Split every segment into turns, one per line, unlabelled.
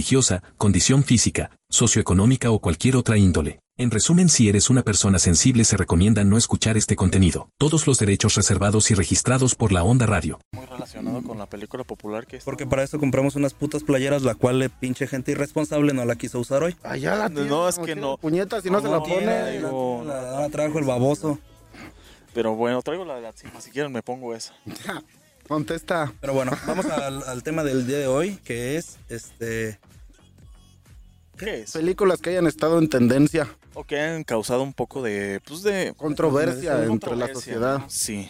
religiosa, condición física, socioeconómica o cualquier otra índole. En resumen, si eres una persona sensible se recomienda no escuchar este contenido. Todos los derechos reservados y registrados por la Onda Radio.
Muy relacionado con la película popular que es.
Porque para eso compramos unas putas playeras, la cual le pinche gente irresponsable no la quiso usar hoy.
Allá la tiene,
No, es que
tiene
no.
Puñeta, si no, se la pone.
Tiene, digo, la, la trajo el baboso.
Pero bueno, traigo la de la cima, si quieren me pongo esa.
Contesta.
Pero bueno, vamos al, al tema del día de hoy, que es este.
¿Qué es?
Películas que hayan estado en tendencia,
O que han causado un poco de. Pues de.
controversia entre la
controversia,
sociedad.
¿no? Sí.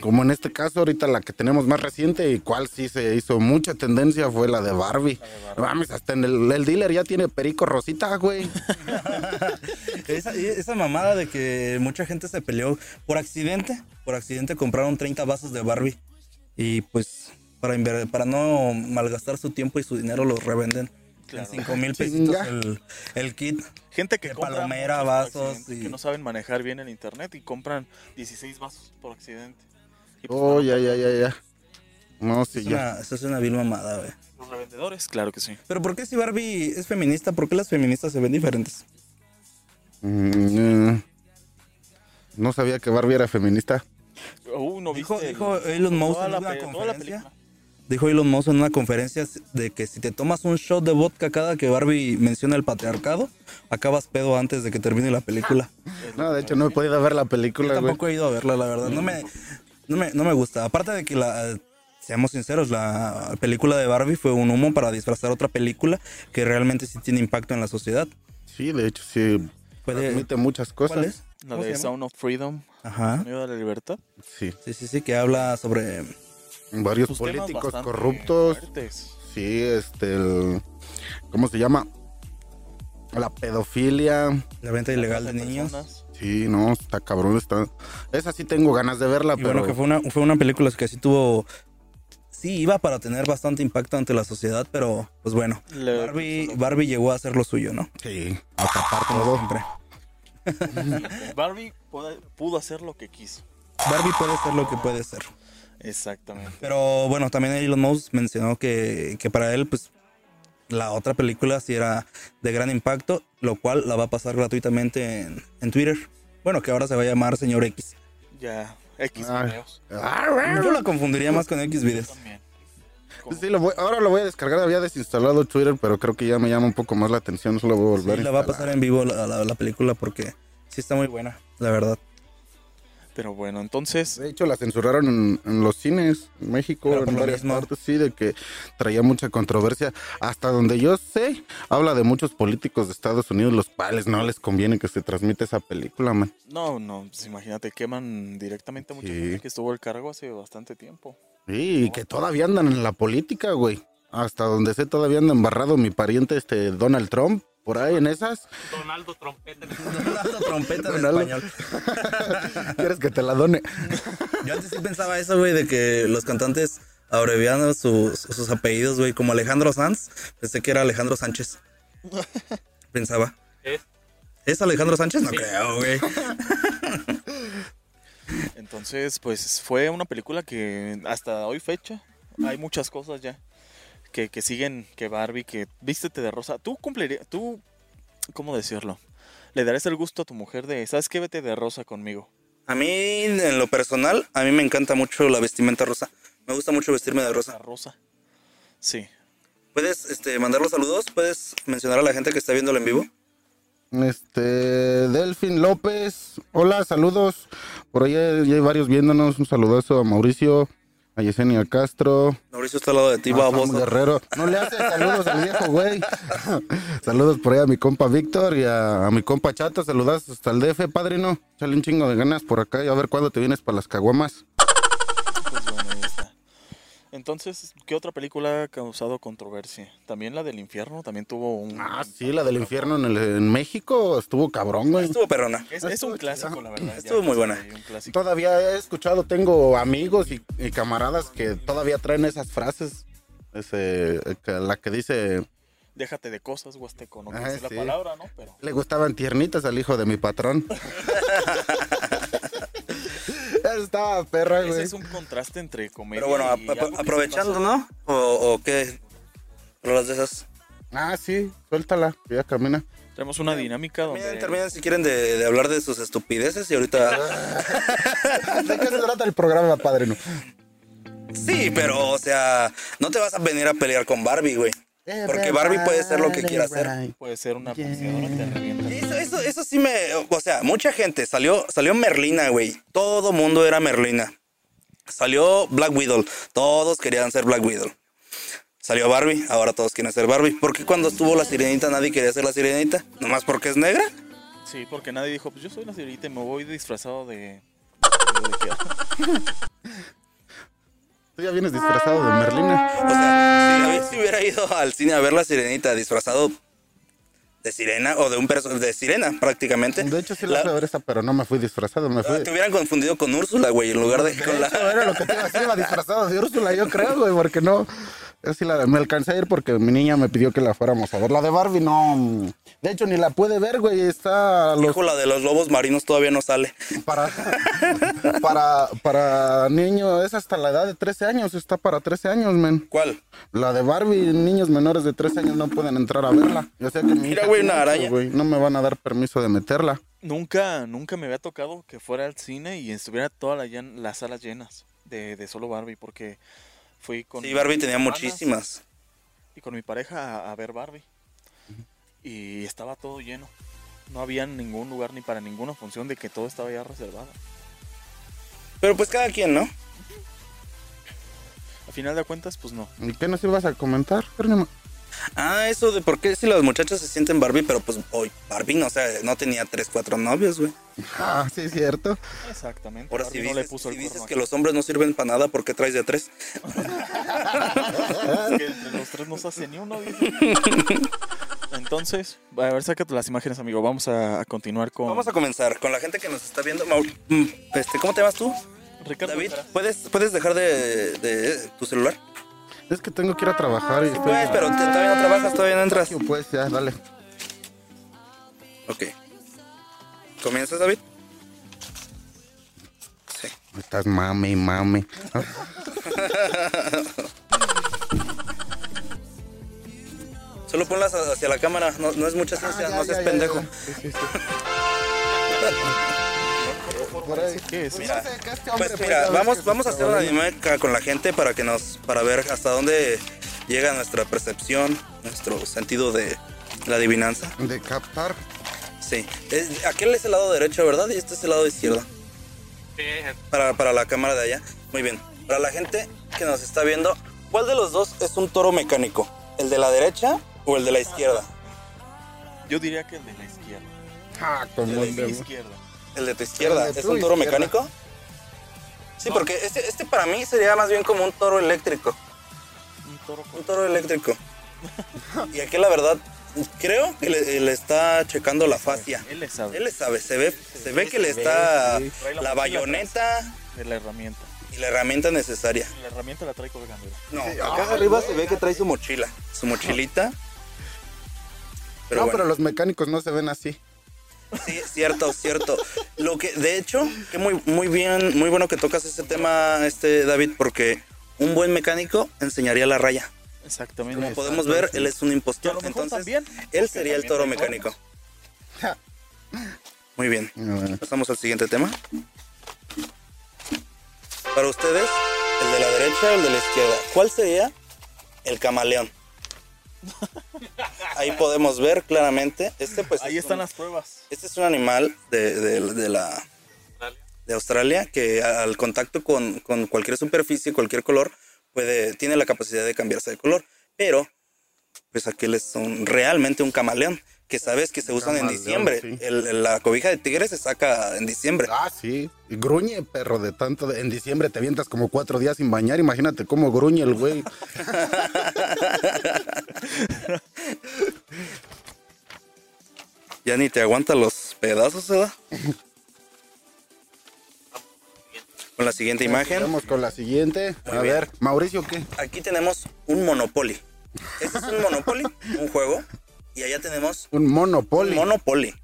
Como en este caso, ahorita la que tenemos más reciente y cuál sí se hizo mucha tendencia fue la de Barbie. Mames, hasta en el, el dealer ya tiene perico rosita, güey.
Esa, esa mamada de que mucha gente se peleó por accidente. Por accidente compraron 30 vasos de Barbie. Y pues, para, inver- para no malgastar su tiempo y su dinero, los revenden.
Claro.
En 5 mil pesitos
Chinga.
el, el kit.
Gente que
De
compra
palomera,
muchos por
vasos
accidente,
y-
Que no saben manejar bien el internet y compran 16 vasos por accidente. Y pues,
Oh,
para
ya, ya, ya, ya. No, sí,
Es
ya.
una- Eso es una vil mamada, güey.
Los revendedores, claro que sí.
Pero ¿por qué si Barbie es feminista? ¿Por qué las feministas se ven diferentes?
Mm, eh. No sabía que Barbie era feminista.
Uh, no
Dijo,
viste. el-
dijo Elon Musk
toda
en
la,
una
pe- toda la película.
conferencia. Dijo Elon Musk en una conferencia de que si te tomas un shot de vodka cada que Barbie menciona el patriarcado, acabas pedo antes de que termine la película.
Ah, Eh,
No, de hecho no he podido ver la
Yo
película, güey.
tampoco he ido a verla, la verdad. No me, no me, no me gusta. Aparte de que la. Seamos sinceros, la película de Barbie fue un humo para disfrazar otra película que realmente sí tiene impacto en la sociedad.
Sí, de hecho sí.
Fue de-
Permite muchas cosas.
¿Cuál es?
La
¿Cómo se
de
llama?
Sound of Freedom,
Ajá.
Sonido de la Libertad.
Sí.
Sí, sí, sí, que habla sobre.
Varios
Sus Pues temas
políticos
bastante
corruptos.
fuertes.
Sí, este, el, ¿cómo se llama? La pedofilia.
La venta ilegal de niños.
Personas.
Sí, no, está cabrón, está. Esa sí tengo ganas de
Y
verla, Ah, pero
bueno, que fue una, fue una película que sí tuvo. Sí, iba para tener bastante impacto ante la sociedad, pero pues bueno.
Le-
Barbie, Barbie llegó a hacer lo suyo, ¿no?
sí,
A tapar todo. Siempre.
Barbie pudo- pudo hacer lo que quiso.
Barbie puede ser lo que puede ser.
Exactamente.
Pero bueno, también Elon Musk mencionó que, que para él, pues la otra película sí era de gran impacto, lo cual la va a pasar gratuitamente en, en Twitter. Bueno, que ahora se va a llamar Señor X.
Ya, X
Ay.
videos.
Yo la confundiría más con X videos.
También.
sí lo voy, ahora lo voy a descargar. Había desinstalado Twitter, pero creo que ya me llama un poco más la atención. Se lo voy a volver.
Sí,
a
la va a
instalar.
pasar en vivo la, la- la película porque sí está muy buena, la verdad.
Pero bueno, entonces,
De hecho, la censuraron en, en los cines, en México,
Pero por
en
lo
varias
mismo.
partes, sí, de que traía mucha controversia. Hasta donde yo sé, habla de muchos políticos de Estados Unidos, los cuales no les conviene que se transmita esa película, man.
no, no, pues imagínate, queman directamente a mucha
Sí.
gente que estuvo al cargo hace bastante tiempo.
Sí, y que todavía andan en la política, güey. Hasta donde sé, todavía anda embarrado mi pariente, este, Donald Trump, por ahí en esas.
Donaldo Trompeta.
Donaldo trompeta en
Donaldo.
español.
¿Quieres que te la done?
Yo antes sí pensaba eso, güey, de que los cantantes abreviaban sus, sus apellidos, güey, como Alejandro Sanz. Pensé que era Alejandro Sánchez. Pensaba.
Es
¿Es Alejandro Sánchez? No creo, güey.
Entonces, pues fue una película que hasta hoy fecha hay muchas cosas ya que, que siguen, que Barbie, que vístete de rosa. Tú cumplirías, tú, ¿cómo decirlo? Le darás el gusto a tu mujer de, ¿sabes qué? Vete de rosa conmigo.
A mí, en lo personal, a mí me encanta mucho la vestimenta rosa. Me gusta mucho vestirme de
La
rosa.
rosa. Sí.
¿Puedes este, mandar los saludos? ¿Puedes mencionar a la gente que está viéndolo en vivo?
Este, Delfín López, hola, saludos. Por ahí ya hay varios viéndonos. Un saludazo a Mauricio, a Yesenia Castro,
Mauricio está al lado de ti,
a Ah, Samu
baboso.
Guerrero. No le haces saludos al viejo, güey. saludos por ahí a mi compa Víctor y a, a mi compa Chato. Saludas hasta el DF, padrino. Échale un chingo de ganas por acá y a ver cuándo te vienes para las caguamas.
Pues bueno, ahí está. Entonces, ¿qué otra película ha causado controversia? También la del infierno, también tuvo un...
Ah, sí, la del infierno en, el- en México estuvo cabrón, güey.
Estuvo perrona.
Es, es un clásico, la verdad. ya
Estuvo muy buena.
sí, un clásico.
Todavía he escuchado, tengo amigos y, y camaradas que todavía traen esas frases. Ese, que- la que dice,
Déjate de cosas, huasteco, no quiero
Ah,
decir la
sí.
palabra, ¿no? Pero...
le gustaban tiernitas al hijo de mi patrón. Estaba perra,
Ese
güey.
es un contraste entre comedia
Pero bueno,
y
ap-
algo que
ap-
sí
aprovechando,
pasó.
¿no? ¿O, o qué? Rolas de esas.
Ah, sí, suéltala, que ya camina.
Tenemos una dinámica donde...
Terminen, terminen si quieren de, de hablar de sus estupideces y ahorita...
¿De qué se trata el programa, padre? No?
Sí, pero, o sea, no te vas a venir a pelear con Barbie, güey.
Eh,
Porque Barbie puede ser lo que quiera hacer.
Puede ser una boxeadora que te revienta.
Eso, eso, eso sí me... O sea, mucha gente salió, salió Merlina, güey. Todo mundo era Merlina. Salió Black Widow. Todos querían ser Black Widow. Salió Barbie, ahora todos quieren ser Barbie. ¿Por qué cuando estuvo la sirenita nadie quería ser la sirenita? ¿Nomás porque es negra?
Sí, porque nadie dijo, pues yo soy la señorita y me voy disfrazado de...
Tú ya vienes disfrazado de Merlina.
O sea,
Ah.
si, David se hubiera ido al cine a ver la sirenita disfrazado de sirena o de un personaje de sirena prácticamente.
De hecho, sí la fui a ver esa, pero no me fui disfrazado, me fui...
te hubieran confundido con Úrsula, güey, en lugar de con la.
Era lo que te iba a decir, iba disfrazado de Úrsula, yo creo, güey, porque no. Yo sí la, me alcancé a ir porque mi niña me pidió que la fuéramos a ver. La de Barbie no. mm, De hecho, ni la puede ver, güey. Está a los,
Hijo, la de los lobos marinos todavía no sale.
para, para, para niño, es hasta la edad de 13 años. Está para 13 años, men.
¿Cuál?
La de Barbie, niños menores de 13 años no pueden entrar a verla. Yo sé que mi
Mira,
hija
güey,
tiene
una
ocho,
araña.
güey, no me van a dar permiso de meterla.
Nunca, nunca me había tocado que fuera al cine y estuviera todas la llan- las salas llenas de, de solo Barbie, porque fui con...
Sí, Barbie tenía
hermanas
muchísimas.
Y con mi pareja a, a ver Barbie. Y estaba todo lleno. No había ningún lugar ni para ninguna función de que todo estaba ya reservado.
Pero pues cada quien, ¿no?
Al final de cuentas, pues no.
¿Y qué nos ibas a comentar, Jerónimo?
Ah, eso de por qué si las muchachas se sienten Barbie, pero pues hoy Barbie no, o sea, no tenía tres, cuatro novios, güey.
Ah, sí, es cierto.
Exactamente.
Ahora
Barbie
si
no
dices,
le puso
si
el
dices
cuerno
que los hombres no sirven para nada, ¿por qué traes de tres?
a- que entre los tres no se hace ni uno. dice. Entonces, a ver, sácate las imágenes, amigo. Vamos a, a continuar con
Vamos a comenzar con la gente que nos está viendo. Mau- mm, este, ¿Cómo te llamas tú?
Ricardo.
David,
Alcaraz.
¿puedes, puedes dejar de, de tu celular?
Es que tengo que ir a trabajar y estoy.
Pues, pero te- todavía no trabajas, todavía no entras.
Pues ya, dale.
Ok. ¿Comienzas, David?
Estás mame y mame.
Solo ponlas hacia la cámara, no, no es mucha
Ah,
ciencia, no seas pendejo.
Por ahí.
¿Qué es?
Mira,
que este hombre,
Pues
pues,
mira,
ya ves que
vamos,
es
vamos a hacer una
cabrón.
dinámica con la gente para que nos, para ver hasta dónde llega nuestra percepción, nuestro sentido de la adivinanza.
De captar.
Sí. Es- aquel es el lado derecho, ¿verdad? Y este es el lado izquierdo. Para, para la cámara de allá. Muy bien. Para la gente que nos está viendo, ¿cuál de los dos es un toro mecánico? ¿El de la derecha o el de la izquierda?
Yo diría que el de la izquierda.
Ah, como
El
un
de la
demo.
izquierda.
¿El de tu izquierda
El de
es
tu
un toro
izquierda.
mecánico? Sí, porque este, este para mí sería más bien como un toro eléctrico.
Un toro con-
Un toro eléctrico. Y aquí la verdad, creo que le, le está checando la fascia.
Él le sabe.
Él le sabe, se ve, se ve que le está la bayoneta
De la herramienta.
y la herramienta necesaria.
La herramienta la trae colgando.
No, acá arriba se ve que trae su mochila. Su mochilita. Pero
no,
bueno,
pero los mecánicos no se ven así.
sí, cierto, cierto. Lo que, de hecho, que muy, muy bien, muy bueno que tocas ese tema, este David, porque un buen mecánico enseñaría la raya.
Exactamente.
Como podemos ver, él es un
Que a
impostor.
lo mejor
Entonces,
también.
él sería el
también
toro
hay
mecánico. Muy bien.
Ah,
Pasamos al siguiente tema. Para ustedes, el de la derecha o el de la izquierda, ¿cuál sería el camaleón? Ahí podemos ver claramente. Este pues
Ahí
es
están
un-
las pruebas.
Este es un animal de, de- de la de Australia que a- al contacto con, con cualquier superficie, cualquier color, puede tiene la capacidad de cambiarse de color. Pero pues aquel es un- realmente un camaleón. que sabes que se usan en
Camaleón,
diciembre.
sí.
El- el- la cobija de tigre se saca en diciembre.
Ah, sí. Y Gruñe, perro, de tanto. de- En diciembre te avientas como cuatro días sin bañar. Imagínate cómo gruñe el güey.
Ya ni te aguanta los pedazos, ¿verdad? Con la siguiente imagen.
Vamos con la siguiente.
Muy
a
bien.
ver, Mauricio, ¿qué?
Aquí tenemos un Monopoly. Este es un Monopoly, un juego. Y allá tenemos
Un Monopoly.
un Monopoly.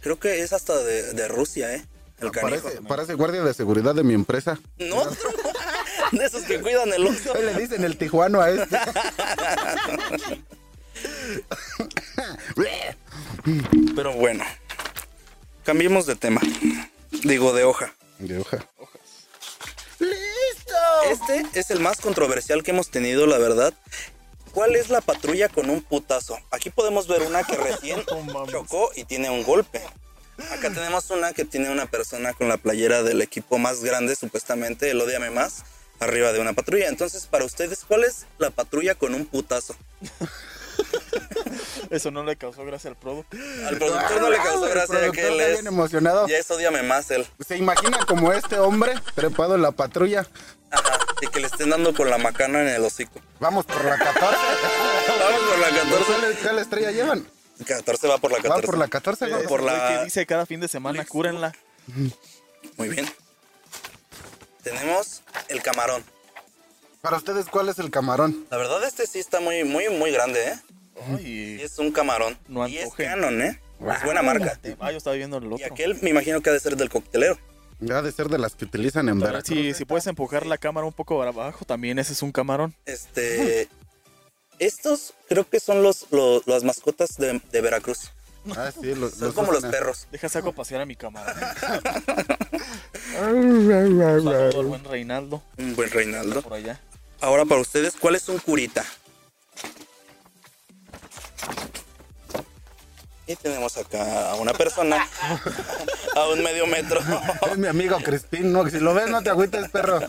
Creo que es hasta de, de Rusia, ¿eh? El canijo.
parece, parece guardia de seguridad de mi empresa.
No, de esos que cuidan el oso.
¿Qué le dicen el tijuano a este?
Pero bueno, cambiemos de tema. Digo, de hoja.
De hoja.
Este es el más controversial que hemos tenido, la verdad. ¿Cuál es la patrulla con un putazo? Aquí podemos ver una que recién chocó y tiene un golpe. Acá tenemos una que tiene una persona con la playera del equipo más grande, supuestamente, el Odiame Más, arriba de una patrulla. Entonces, para ustedes, ¿cuál es la patrulla con un putazo?
Eso no le causó gracia al Prodo.
Al productor no le causó
Ah, El
gracia ya que
productor
él
está
es...
bien emocionado.
Ya es Odiame Más él.
¿Se imagina como este hombre trepado en la patrulla?
Ajá, y que le estén dando con la macana en el hocico.
Vamos por la 14.
Vamos por la
¿Por
14.
cuál- ¿Cuál estrella llevan?
14 va por la 14.
Va por la 14.
Va
güey.
por
Güey,
la...
que dice cada fin de semana, cúrenla.
Muy bien. Tenemos el camarón.
Para ustedes, ¿cuál es el camarón?
La verdad, este sí está muy, muy, muy grande, ¿eh? Y
Ay,
es un camarón.
No
y es
antojen.
Canon, ¿eh? Es buena marca.
ah, yo estaba viendo el
Y
otro.
aquel me imagino que ha de ser del coctelero.
Ha de ser de las que utilizan en
Ahora,
Veracruz.
Si, si puedes empujar la cámara un poco para abajo, también ese es un camarón.
Este. Estos creo que son los, los- las mascotas de, de Veracruz.
Ah, sí, los,
Son como los
usan a-
perros.
Deja saco a pasear a mi cámara. Saludo al
Saludos.
buen Reinaldo
Un buen Reinaldo.
por allá.
Ahora para ustedes, ¿cuál es un curita? Y tenemos acá a una persona a un medio metro.
Es mi amigo Crispín, no, si lo ves no te agüites, perro.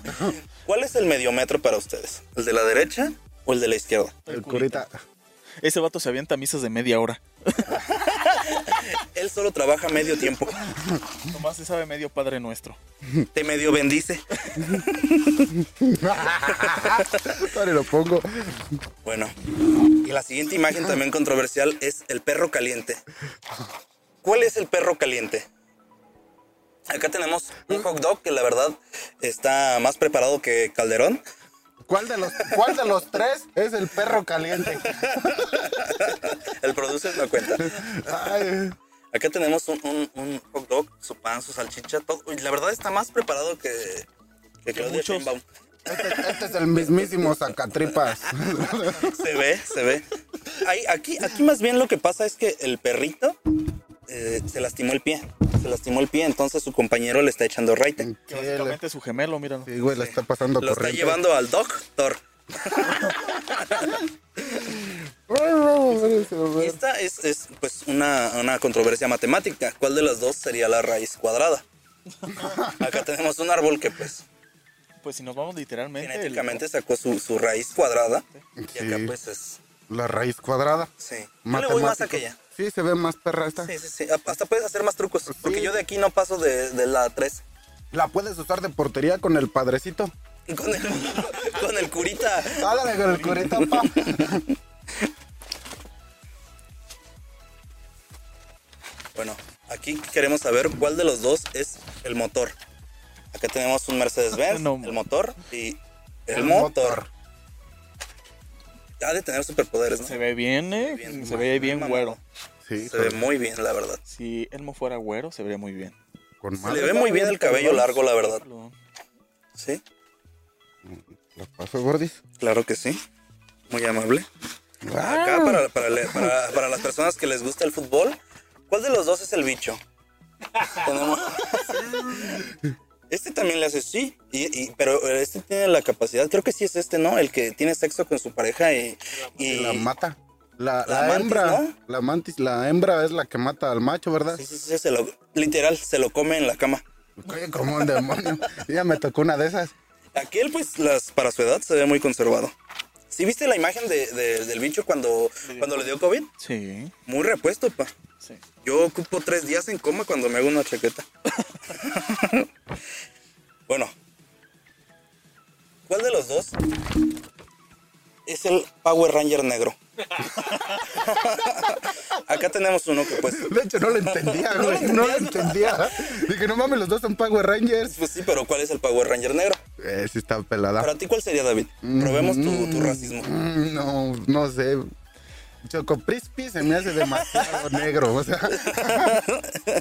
¿Cuál es el medio metro para ustedes? ¿El de la derecha o el de la izquierda?
El curita.
Ese vato se avienta misas de media hora.
Él solo trabaja medio tiempo.
Nomás se sabe medio padre nuestro.
Te medio bendice.
Ahora lo pongo.
Bueno. Y la siguiente imagen también controversial es el perro caliente. ¿Cuál es el perro caliente? Acá tenemos un hot dog que la verdad está más preparado que Calderón.
¿Cuál de los, cuál de los tres es el perro caliente?
El producer no cuenta.
Ay,
Acá tenemos un, un- un hot dog, su pan, su salchicha, todo. Uy, la verdad está más preparado que, que Claudia
muchos.
Sheinbaum.
este, este es el mismísimo Zacatripas.
Se ve, se ve. Ahí- aquí, aquí más bien lo que pasa es que el perrito eh, se lastimó el pie. Se lastimó el pie, entonces su compañero le está echando raite.
Que básicamente es su gemelo, míralo.
Sí, güey, le está pasando
Lo está
corriente.
llevando al doctor. Y Esta es, es, pues una, una controversia matemática. ¿Cuál de las dos sería la raíz cuadrada? Acá tenemos un árbol que pues
Pues si nos vamos literalmente. el-
genéticamente sacó su, su raíz cuadrada. Y acá
Sí.
pues es...
La raíz cuadrada.
Sí. Yo le voy más a aquella.
Sí, se ve más perra esta.
Sí, sí, sí. Hasta puedes hacer más trucos. Porque yo de aquí no paso de, de la 3.
La puedes usar de portería con el padrecito.
Con el, con el curita.
Ándale con el curita, pa.
Bueno, aquí queremos saber cuál de los dos es el motor. Acá tenemos un Mercedes-Benz,
No.
el motor y el,
El
motor.
motor.
Ha de tener superpoderes, ¿no?
Se ve bien, eh.
Bien,
se ve bien
mamá.
güero.
Sí,
Se ve muy bien, la verdad.
Si Elmo fuera güero, se vería muy bien.
con
Le
madre.
ve muy bien el cabello largo, la verdad. Sí,
La paso, gordis.
claro que sí. Muy amable. Acá para, para le- para- para las personas que les gusta el fútbol, ¿cuál de los dos es el bicho? Tenemos- Este también le hace sí, y- y- pero este tiene la capacidad, creo que sí es este, ¿no? El que tiene sexo con su pareja y... y-
La mata. Eh,
La
La, la
mantis,
hembra.
¿no?
La mantis, la hembra es la que mata al macho, ¿verdad?
sí, sí, sí, se lo- literal, se lo come en la cama.
Oye, como un demonio. ya me tocó una de esas.
Aquel, pues, las, para su edad se ve muy conservado. ¿Sí viste la imagen de- de- del bicho cuando, cuando le dio COVID?
Sí,
Muy repuesto, pa.
sí.
Yo ocupo tres días en coma cuando me hago una chaqueta. bueno. ¿Cuál de los dos es el Power Ranger negro? Acá tenemos uno que pues...
De hecho, no lo entendía, güey. No lo entendía. Dije, no mames, los dos son Power Rangers.
Pues sí, pero ¿cuál es el Power Ranger negro?
Eh, sí está pelada.
Para ti, ¿cuál sería, David? Probemos tu, tu racismo.
Mm, No, no sé. Choco Prispy se me hace demasiado negro, o sea,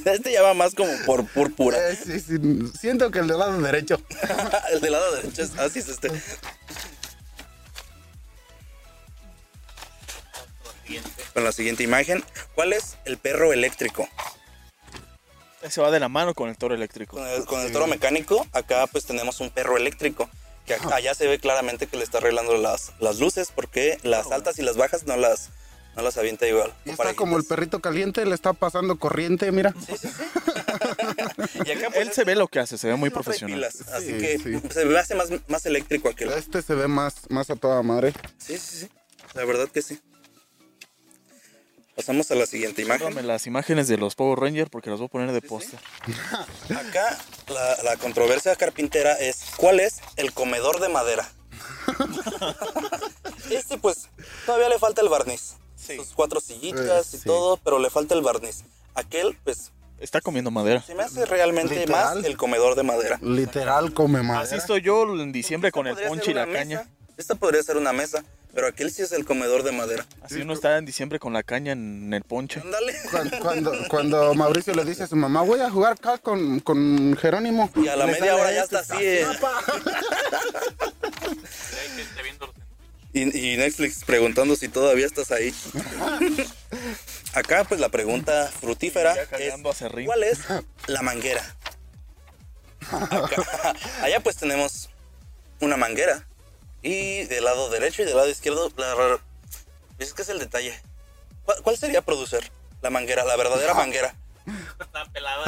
Este ya va más como por púrpura.
eh, sí, sí, siento que el del lado derecho.
el del lado derecho es así, es este. Con la siguiente imagen, ¿cuál es el perro eléctrico?
Se va de la mano con el toro eléctrico.
Con el, con el toro mecánico, acá pues tenemos un perro eléctrico, que a- allá se ve claramente que le está arreglando las, las luces, porque las altas y las bajas no las, no las avienta igual.
Y está como el perrito caliente, le está pasando corriente, mira.
Y acá pues,
Él se ve lo que hace, se ve muy
no trae
profesional.
pilas, así
Sí,
que
sí.
se me hace más, más eléctrico aquel.
Este se ve más, más a toda madre.
Sí, sí, sí. La verdad que sí. Pasamos a la siguiente imagen.
Dame las imágenes de los Power Rangers porque las voy a poner de póster.
Acá la, la controversia carpintera es ¿cuál es el comedor de madera? este pues todavía le falta el barniz. Sus cuatro sillitas
Eh,
y
sí.
todo, pero le falta el barniz. Aquel pues
Está comiendo madera.
se me hace realmente
Literal.
más el comedor de madera.
Literal come
Así
madera.
estoy yo en diciembre
Esta
con el
podría ser
ponche y
una
la
mesa.
caña.
Esta podría ser una mesa, pero aquel sí es el comedor de madera.
Así uno está en diciembre con la caña en el ponche.
Ándale.
Cuan- Cuando, cuando Mauricio le dice a su mamá, voy a jugar acá con, con Jerónimo.
Y a la
Le
media
sale
hora ya
este,
está así. eh. Y, y Netflix preguntando si todavía estás ahí. Acá, pues la pregunta frutífera
Ya
es:
cagando a Serrín.
¿Cuál es la manguera? Acá- allá, pues tenemos una manguera. Y del lado derecho y del lado izquierdo, la, ra- es que es el detalle. ¿Cuál, cuál sería producer? La manguera, la verdadera manguera.
Está pelada.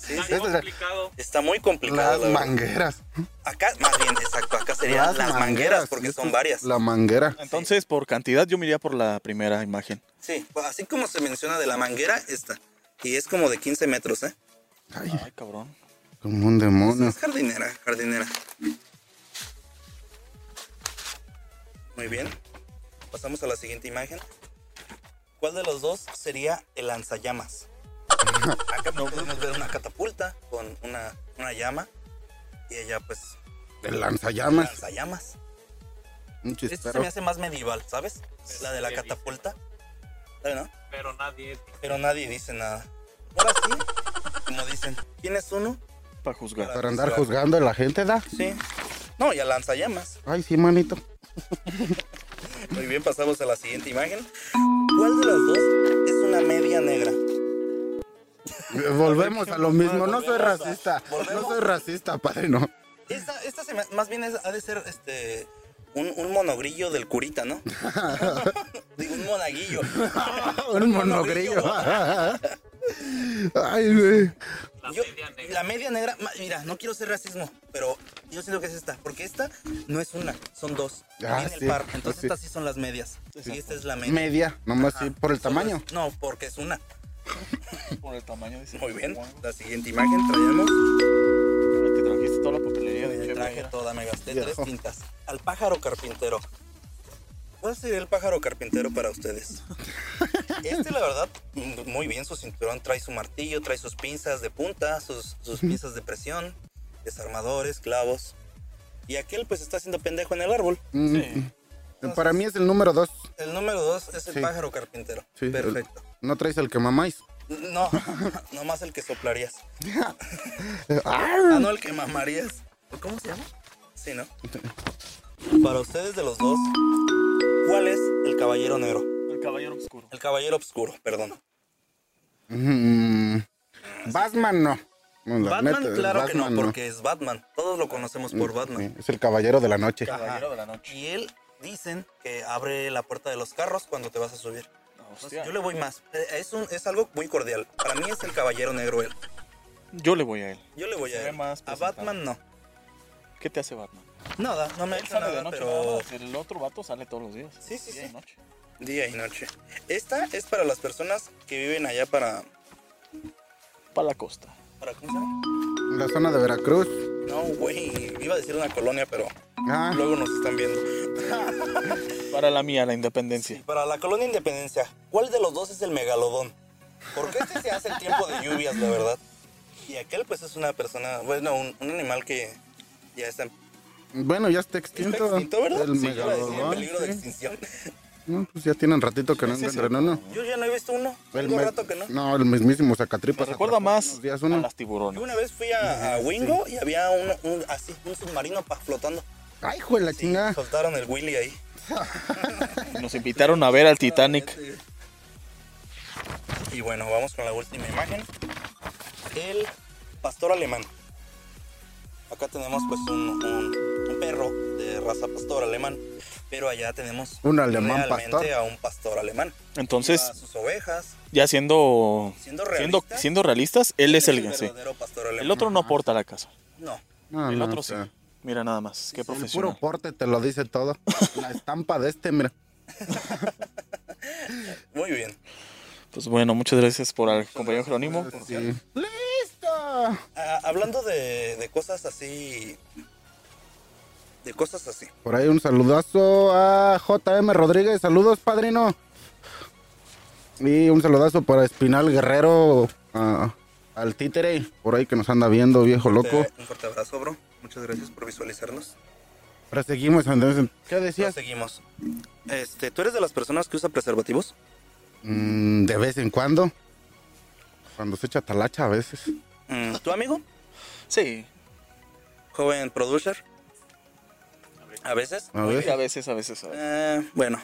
Sí, Este
Está
sí,
complicado.
está muy complicado.
Las
la verdad.
mangueras.
acá, más bien, exacto. Acá serían las, mangueras, porque
Esto
son
es
varias.
La manguera.
Entonces, por cantidad, yo me iría por la primera imagen.
Sí, pues, así como se menciona de la manguera, esta. Y es como de 15 metros, ¿eh?
Ay, cabrón.
Como un demonio.
Es jardinera, jardinera. Muy bien. Pasamos a la siguiente imagen. ¿Cuál de los dos sería el lanzallamas? Acá podemos ver una catapulta con una, una llama. Y ella, pues,
El lanzallamas.
lanzallamas.
Un
Esta se
chispero.
me hace más medieval, ¿sabes? La de la
Sí,
catapulta. ¿Sabes, no?
Pero nadie.
Pero nadie dice nada. Ahora sí, como dicen, ¿tienes uno?
Para juzgar.
Para andar juzgando a la gente, ¿da?
Sí. No, ya lanzallamas.
Ay, sí, manito.
Muy bien, pasamos a la siguiente imagen. ¿Cuál de las dos es una media negra?
Eh, Volvemos a lo mismo. No soy racista. No soy racista, padre, no.
Esta, esta se me- más bien es- ha de ser este un, un monogrillo del curita, ¿no? Digo, un monaguillo.
Un monogrillo. Ay, güey.
La
Yo-
media negra.
la media negra, ma- mira, no quiero ser racismo, pero yo sé lo que es esta, porque esta no es una, son dos.
Ah,
Viene
sí,
el par, entonces
sí.
estas sí son las medias. Y esta es la media.
Media, nomás sí, por el
Solo es-
tamaño.
Ah, No, porque es una.
Por el tamaño, dice.
Muy bien. La siguiente imagen traemos.
Te trajiste toda la papelería de
Me
Chef
traje
Mejía.
toda, me gasté
Viejo.
tres tintas. Al pájaro carpintero. ¿Cuál sería el pájaro carpintero para ustedes? Este, la verdad, mm, muy bien su cinturón. Trae su martillo, trae sus pinzas de punta, sus, sus pinzas de presión, desarmadores, clavos. Y aquel, pues, está haciendo pendejo en el árbol.
Mm,
Sí.
Para mí es el número dos.
El número dos es el
Sí.
pájaro carpintero.
Sí, el-
Perfecto.
No traes el que mamáis.
No, nomás el que soplarías.
Ah,
Ah, no, el que mamarías. ¿O ¿Cómo se llama? Sí, ¿no? Para ustedes de los dos, ¿cuál es el caballero negro?
El caballero oscuro.
El caballero oscuro, perdón.
mm, Batman no. No, la
Batman,
neta,
claro que
Batman Mm,
no, porque es Batman. Todos lo conocemos por Batman.
Sí, es el caballero de la noche.
Caballero de la noche.
Y él dicen que abre la puerta de los carros cuando te vas a subir.
Ah,
Entonces,
hostia.
yo le voy más. Eh, Es, un- es algo muy cordial. Para mí es el caballero negro él.
Yo le voy a él.
Yo le voy
Se
a
ve
él.
más
a
presentable.
Batman no.
¿Qué te hace Batman?
Nada, no me ha
Él
hecho
sale de
nada,
noche,
pero...
nada más, el otro vato sale todos los días.
Sí, sí,
Día y
sí.
noche.
Día y noche. Esta es para las personas que viven allá para...
Para la costa.
¿Para cómo se llama?
La zona de Veracruz.
No, güey. Iba a decir una colonia, pero
Ah,
luego nos están viendo.
Para la mía, la
Sí,
independencia.
para la colonia Independencia, ¿cuál de los dos es el megalodón? Porque este se hace en tiempo de lluvias, la verdad. Y aquel, pues, es una persona, bueno, un, un animal que ya está en
bueno, ya está
está
extinto.
extinto, ¿verdad?
El
Sí, yo iba a decir, en
megalodón.
peligro de
sí.
extinción.
No, pues ya tienen ratito que no
Ese es
encuentran uno.
Yo ya no he visto uno.
El
Tengo
me-
rato que no.
No, el mismísimo Zacatripas.
Me recuerda
atrapó
más
unos días
a
uno.
las
Yo
tiburones.
una vez fui a, a Wingo y había un, un- así, un submarino pa- flotando.
Ay, hijo de la
Sí,
chinga.
soltaron el Willy ahí.
Nos invitaron a ver al Titanic.
Y bueno, vamos con la última imagen. El pastor alemán. Acá tenemos pues un, un- un perro de raza pastor alemán, pero allá tenemos
Un alemán
realmente
pastor.
a un pastor alemán.
Entonces,
A sus ovejas,
ya siendo siendo,
siendo realistas.
siendo realistas, él es el, sí.
verdadero pastor alemán.
El otro no aporta a la casa.
No.
No,
El
no,
otro
o
sí.
sea,
Mira nada más, qué
El puro
profesional.
porte te lo dice todo. La estampa de este, mira.
Muy bien.
Pues bueno, muchas gracias por al compañero Jerónimo.
Sí. ¡Listo!
Ah, hablando de, de cosas así. De cosas así.
Por ahí un saludazo a JM Rodríguez. Saludos, padrino. Y un saludazo para Espinal Guerrero, a- al títere, por ahí que nos anda viendo, viejo loco.
Te- un fuerte abrazo, bro. Muchas gracias por visualizarnos.
Pero seguimos, entonces, ¿Qué decías?
Seguimos. Este, ¿Tú eres de las personas que usa preservativos?
Mm, de vez en cuando. Cuando se echa talacha a veces.
Mm, ¿Tu amigo?
Sí,
Joven producer. A veces.
sí,
A
a
ver.
veces, a veces. a veces.
Eh, bueno,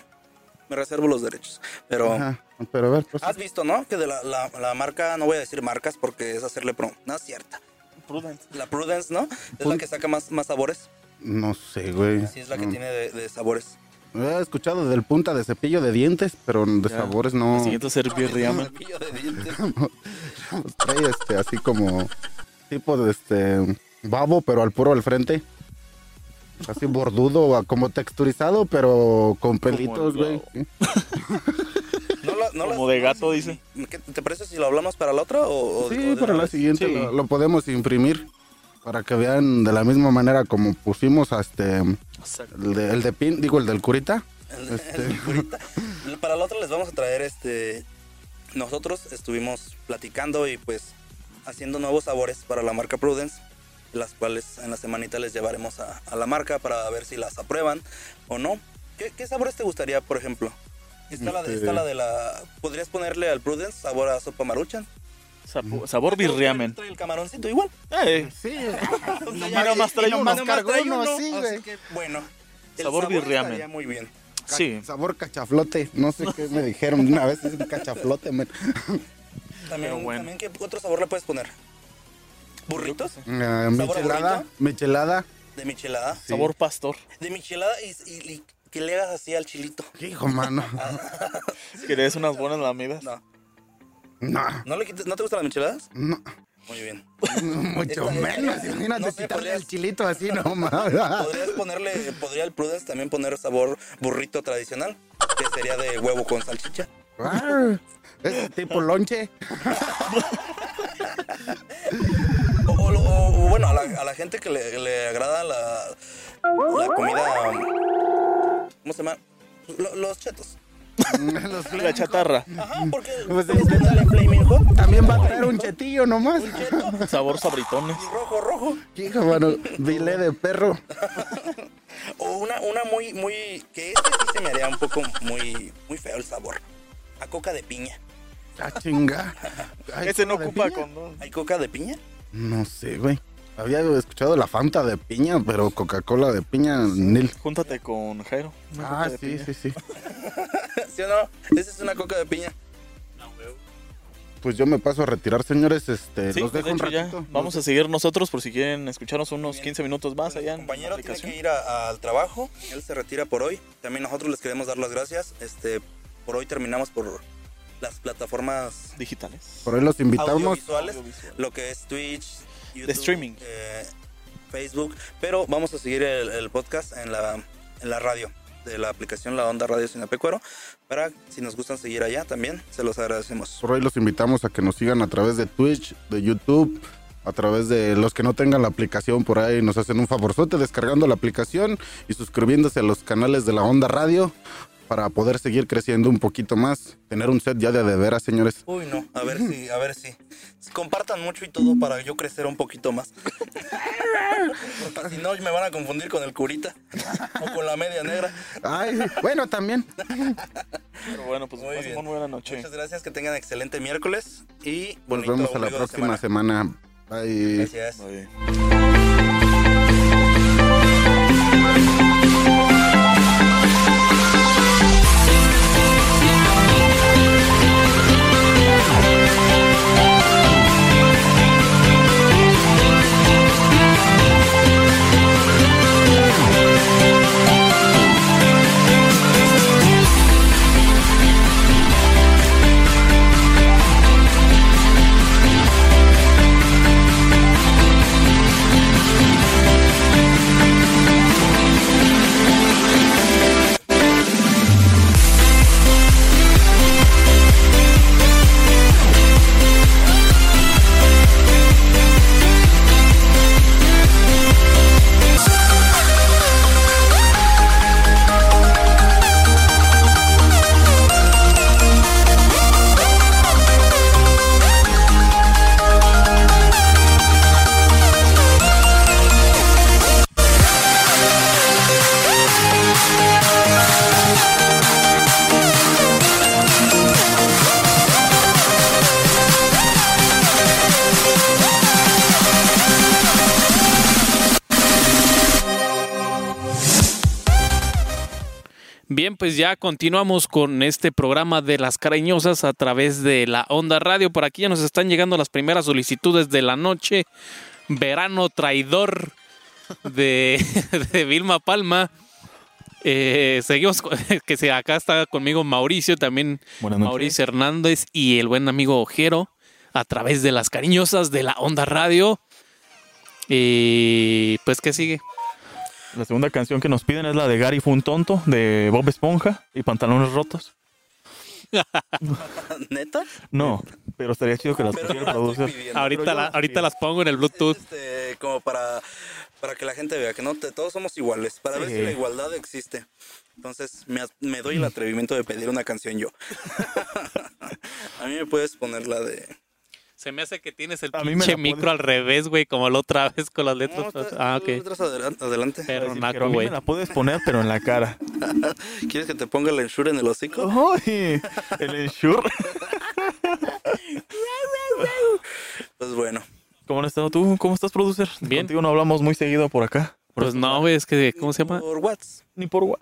me reservo los derechos. Pero
Ajá, Pero a ver, pues,
has visto, ¿no? Que de la, la- la marca, no voy a decir marcas porque es hacerle pro. No es cierta.
Prudent.
La Prudence, ¿no? Es la que saca más, más sabores.
no sé, güey.
Sí, es la que
No.
tiene de, de sabores.
He escuchado del punta de cepillo de dientes, pero de
Ya.
sabores no.
El siguiente es el Birriaman.
Cepillo de dientes.
Trae este, así como tipo de este babo, pero al puro al frente. Así bordudo, a- como texturizado, pero con pelitos,
el
güey.
No la- no la-
Como de gato, dice.
¿Qué- ¿Te parece si lo hablamos para la otra o, o- o
Sí,
de
para
una
la
vez?
siguiente
Sí.
lo, lo podemos imprimir para que vean de la misma manera como pusimos a este el de, el de pin, digo el del curita.
El- el curita. Para la otra les vamos a traer este. Nosotros estuvimos platicando y pues haciendo nuevos sabores para la marca Prudence, las cuales en la semanita les llevaremos a, a la marca para ver si las aprueban o no. ¿Qué, qué sabores te gustaría, por ejemplo? Está la, de, está la de la. ¿Podrías ponerle al Prudence sabor a sopa maruchan?
Sapo- Sabor birriamen.
Trae el camaroncito igual.
Eh,
Sí.
Ya
nomás trae uno,
nomás
cargó
trae
uno,
uno, Ah,
Ah, sí,
así
güey.
que, bueno, el
Sabor birriamen.
estaría muy bien.
sí.
Sabor cachaflote, no sé qué me dijeron una vez, es un cachaflote, men.
También,
Pero bueno.
también, ¿qué otro sabor le puedes poner? ¿Burritos?
Ah, michelada,
bonito?
michelada.
De michelada.
Sabor pastor.
De michelada y, y- y que le hagas así al chilito.
Hijo, mano.
¿Querés unas buenas lamidas?
No.
No,
¿No, le quites- ¿No te gustan las micheladas?
no.
Muy bien.
Mucho
Esta-
menos,
esta-
imagínate
no sé,
quitarle
podrías-
el chilito así nomás.
Podrías ponerle, podría el Prudence también poner sabor burrito tradicional, que sería de huevo con salchicha.
Arr, es tipo lonche.
O, o- o- o bueno, a la, a la gente que le, le agrada la, la comida. ¿Cómo se llama? Lo- los chetos.
Los
La chatarra.
Ajá, porque
Pues,
puedes ponerle Flaming Hot.
También va a traer un chetillo nomás.
Un cheto
Sabor sabritones.
y rojo, rojo.
Hijo, mano, dile de perro.
O una, una muy, muy. Que este sí se me haría un poco muy, muy feo el sabor. A coca de piña.
A Ah, chinga. Ay,
Ese no
de
ocupa
piña.
condón.
¿Hay coca de piña?
No sé, güey. Había escuchado la Fanta de piña, pero Coca-Cola de piña, Nil.
Júntate con Jairo.
Ah,
Júntate de
sí,
piña.
sí, sí.
¿Sí o no? Esa es una coca de piña.
Pues yo me paso a retirar, señores. Este,
Sí,
los
pues,
dejo
de
un
hecho ya
ratito.
vamos a seguir nosotros por si quieren escucharnos unos 15 minutos más allá
Nuestro
en la
compañero tiene
aplicación.
que ir a- al trabajo. Él se retira por hoy. También nosotros les queremos dar las gracias. Este, por hoy terminamos por las plataformas
digitales.
Por ahí los invitamos.
audiovisuales.
Audiovisual.
Lo que es Twitch, YouTube,
streaming.
eh, Facebook, pero vamos a seguir el, el podcast en la, en la radio, de la aplicación La Onda Radio Sinapecuero, para si nos gustan seguir allá también, se los agradecemos.
Por ahí los invitamos a que nos sigan a través de Twitch, de YouTube, a través de los que no tengan la aplicación por ahí, nos hacen un favorzote descargando la aplicación y suscribiéndose a los canales de la Onda Radio para poder seguir creciendo un poquito más, tener un set ya de a de veras, señores.
Uy, no, a ver si, a ver si. Compartan mucho y todo para yo crecer un poquito más. Porque si no, me van a confundir con el curita o con la media negra.
Ay, bueno, también.
Pero bueno, pues
Muy
pasen
bien.
buena noche.
Muchas gracias, que tengan excelente miércoles y
Nos
bonito
vemos a la
ombligo de
próxima semana. Bye.
Gracias.
Bye.
Bien, pues ya continuamos con este programa de las cariñosas a través de la Onda Radio. Por aquí ya nos están llegando las primeras solicitudes de la noche. Verano traidor de, de Vilma Palma. Eh, seguimos con- que se- acá está conmigo Mauricio, también
Buenas
Mauricio Hernández y el buen amigo Ojero a través de las cariñosas de la Onda Radio. Y pues, ¿qué sigue?
La segunda canción que nos piden es la de Gary fue un tonto, de Bob Esponja y Pantalones Rotos.
¿Neta?
No, pero estaría chido que las
Pero
pudiera
la estoy
producir.
pidiendo.
Ahorita, la- ahorita las pongo en el Bluetooth.
Este, como para, para que la gente vea que no te- todos somos iguales, para ver
Sí.
si la igualdad existe. Entonces me, as- me
Mm.
doy el atrevimiento de pedir una canción yo. a mí me puedes poner la de...
Se me hace que tienes el
A mí me
pinche
la puedes-
micro al revés, güey, como la otra vez con las
No,
letras.
está-
ah, ok.
letras adelan- adelante.
Sí,
Pero
pero a
naco,
mí
güey.
me la puedes poner, pero en la cara.
¿Quieres que te ponga la ensure en el
Oh.
hocico?
Ay, el ensure.
Pues bueno.
¿Cómo has estado tú? ¿Cómo estás, producer?
Bien.
Contigo no hablamos muy seguido por acá. Por
Pues
eso-
no, güey, es que, ¿cómo se llama?
Por WhatsApp.
Ni por what.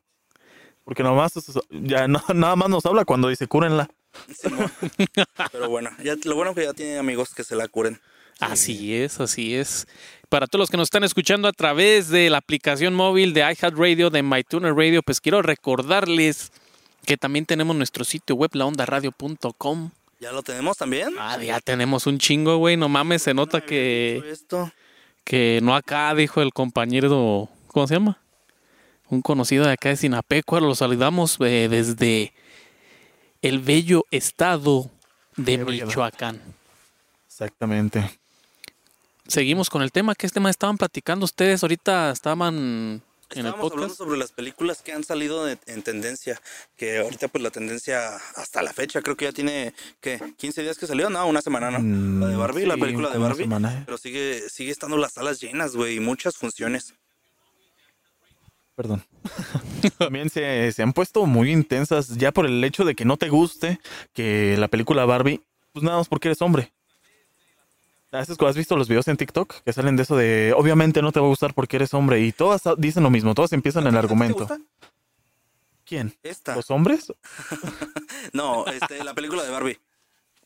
Porque nomás, ya no- nada más nos habla cuando dice cúrenla.
Simón. Pero bueno, ya, lo bueno que ya tiene amigos que se la curen.
Así es, así es. Para todos los que nos están escuchando a través de la aplicación móvil de iHeartRadio, de MyTuner Radio, pues quiero recordarles que también tenemos nuestro sitio web, laondaradio.com.
¿Ya lo tenemos también?
Ah, ya tenemos un chingo, güey. No mames, se nota que,
Esto.
que no acá, dijo el compañero, ¿cómo se llama? Un conocido de acá de Sinapecua. Lo saludamos eh, desde el bello estado de
Qué bello.
Michoacán.
Exactamente.
Seguimos con el tema. ¿Qué tema estaban platicando ustedes? Ahorita estaban en el
Estábamos hablando
podcast.
sobre las películas que han salido de- en tendencia, que ahorita pues la tendencia hasta la fecha, creo que ya tiene, ¿qué? ¿15 días que salió? No, una semana, ¿no? La de Barbie,
Mm,
la
Sí,
película de
una
Barbie.
semana, eh.
Pero sigue, sigue estando las salas llenas, güey, y muchas funciones.
Perdón. También se, se han puesto muy intensas ya por el hecho de que no te guste que la película Barbie, pues nada más porque eres hombre. ¿Has has visto los videos en TikTok que salen de eso de obviamente no te va a gustar porque eres hombre? Y todas dicen lo mismo, todas empiezan el
¿Te
argumento. Pues
gusta? Ah.
¿Quién?
Esta.
¿Los hombres?
No, este, la película de Barbie.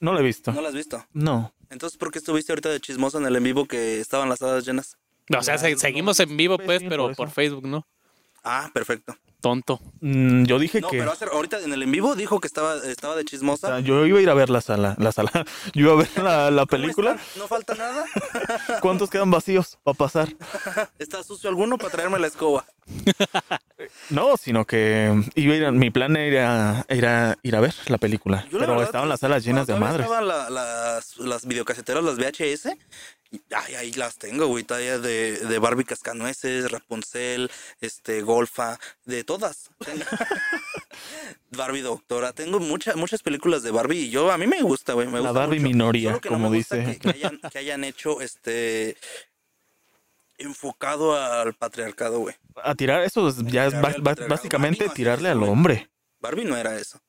No lo he visto.
¿No la has visto?
No.
Entonces, ¿por qué estuviste ahorita de chismosa en el en vivo que estaban las salas llenas?
O sea, se- seguimos en vivo, pues,
Sí,
pero
por eso.
por Facebook, ¿no?
Ah, perfecto.
Tonto.
Mm, yo dije
No,
que.
pero hace- ahorita en el en vivo dijo que estaba, estaba de
o sea,
chismosa.
yo iba a ir a ver la sala. La sala. Yo iba a ver la, la
¿Cómo
película.
están? ¿No falta nada?
¿Cuántos quedan vacíos para pasar?
¿Está sucio alguno para traerme la escoba?
No, sino que iba a ir a- mi plan era, era ir a ver la película.
Yo, la
pero
verdad,
estaban las salas llenas de
cuando todavía
madres.
Estaban la- las, las videocaseteras, las VHS. y- Ay, ahí las tengo, güey. Todavía de, de Barbie Cascanueces, Rapunzel, este, Golfa, de todas. Tengo- Barbie Doctora. Tengo muchas muchas películas de Barbie y yo, a mí me gusta, güey. Me
La
gusta
Barbie
mucho.
minoría,
Solo que
como
me gusta
dice.
Que, que hayan, que hayan hecho este. enfocado al patriarcado, güey.
A tirar, eso es- ya es
Tirarle
ba-
al
ba-
patriarcado.
básicamente
Barney no hacía
tirarle
eso,
al
güey.
hombre.
Barbie no era eso.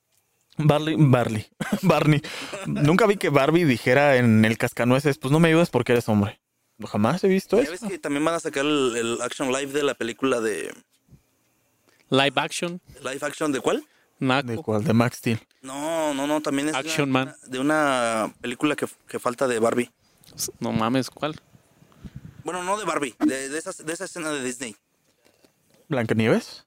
Barley, Barley, Barney. Nunca vi que Barbie dijera en el cascanueces, pues no me ayudes porque eres hombre. Jamás he visto
Ya
eso.
ves que también van a sacar el, el action live de la película de.
Live action.
¿Live action de cuál?
¿De
Naco.
cuál? De Max Steel.
No, no, no, también es
Action
una-
Man.
de una película que, que falta de Barbie.
No mames, ¿cuál?
Bueno, no de Barbie, de, de, esas- de esa escena de Disney.
Blancanieves.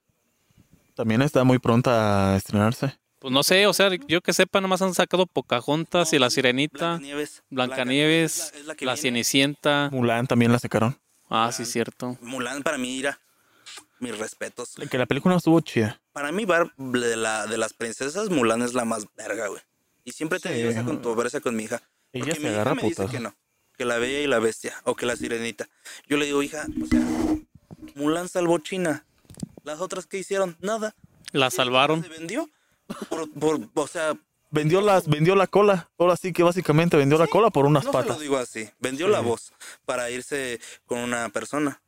También está muy pronta a estrenarse.
Pues no sé, o sea, yo que sepa, nomás han sacado Pocahontas y Ah, La Sirenita,
Blancanieves.
Blancanieves,
es
La,
que viene.
Cenicienta.
Mulan también la sacaron.
Ah, sí, cierto.
Mulan para mí era mis respetos.
Que la película estuvo chida.
Para mí Bar de, la, de las princesas Mulan es la más verga, güey. Y siempre he tenido
Sí.
esa controversia con mi hija.
Ella
porque
se
mi
agarra
hija me dice
putazos.
que no, que la Bella y la Bestia o que la Sirenita. Yo le digo, hija, o sea, Mulan salvó China. Las otras que hicieron nada.
La salvaron.
se vendió por, por- o sea,
Vendió las, vendió la cola. Ahora sí que básicamente vendió la cola por unas
no se
patas.
lo digo así, vendió la voz para irse con una persona.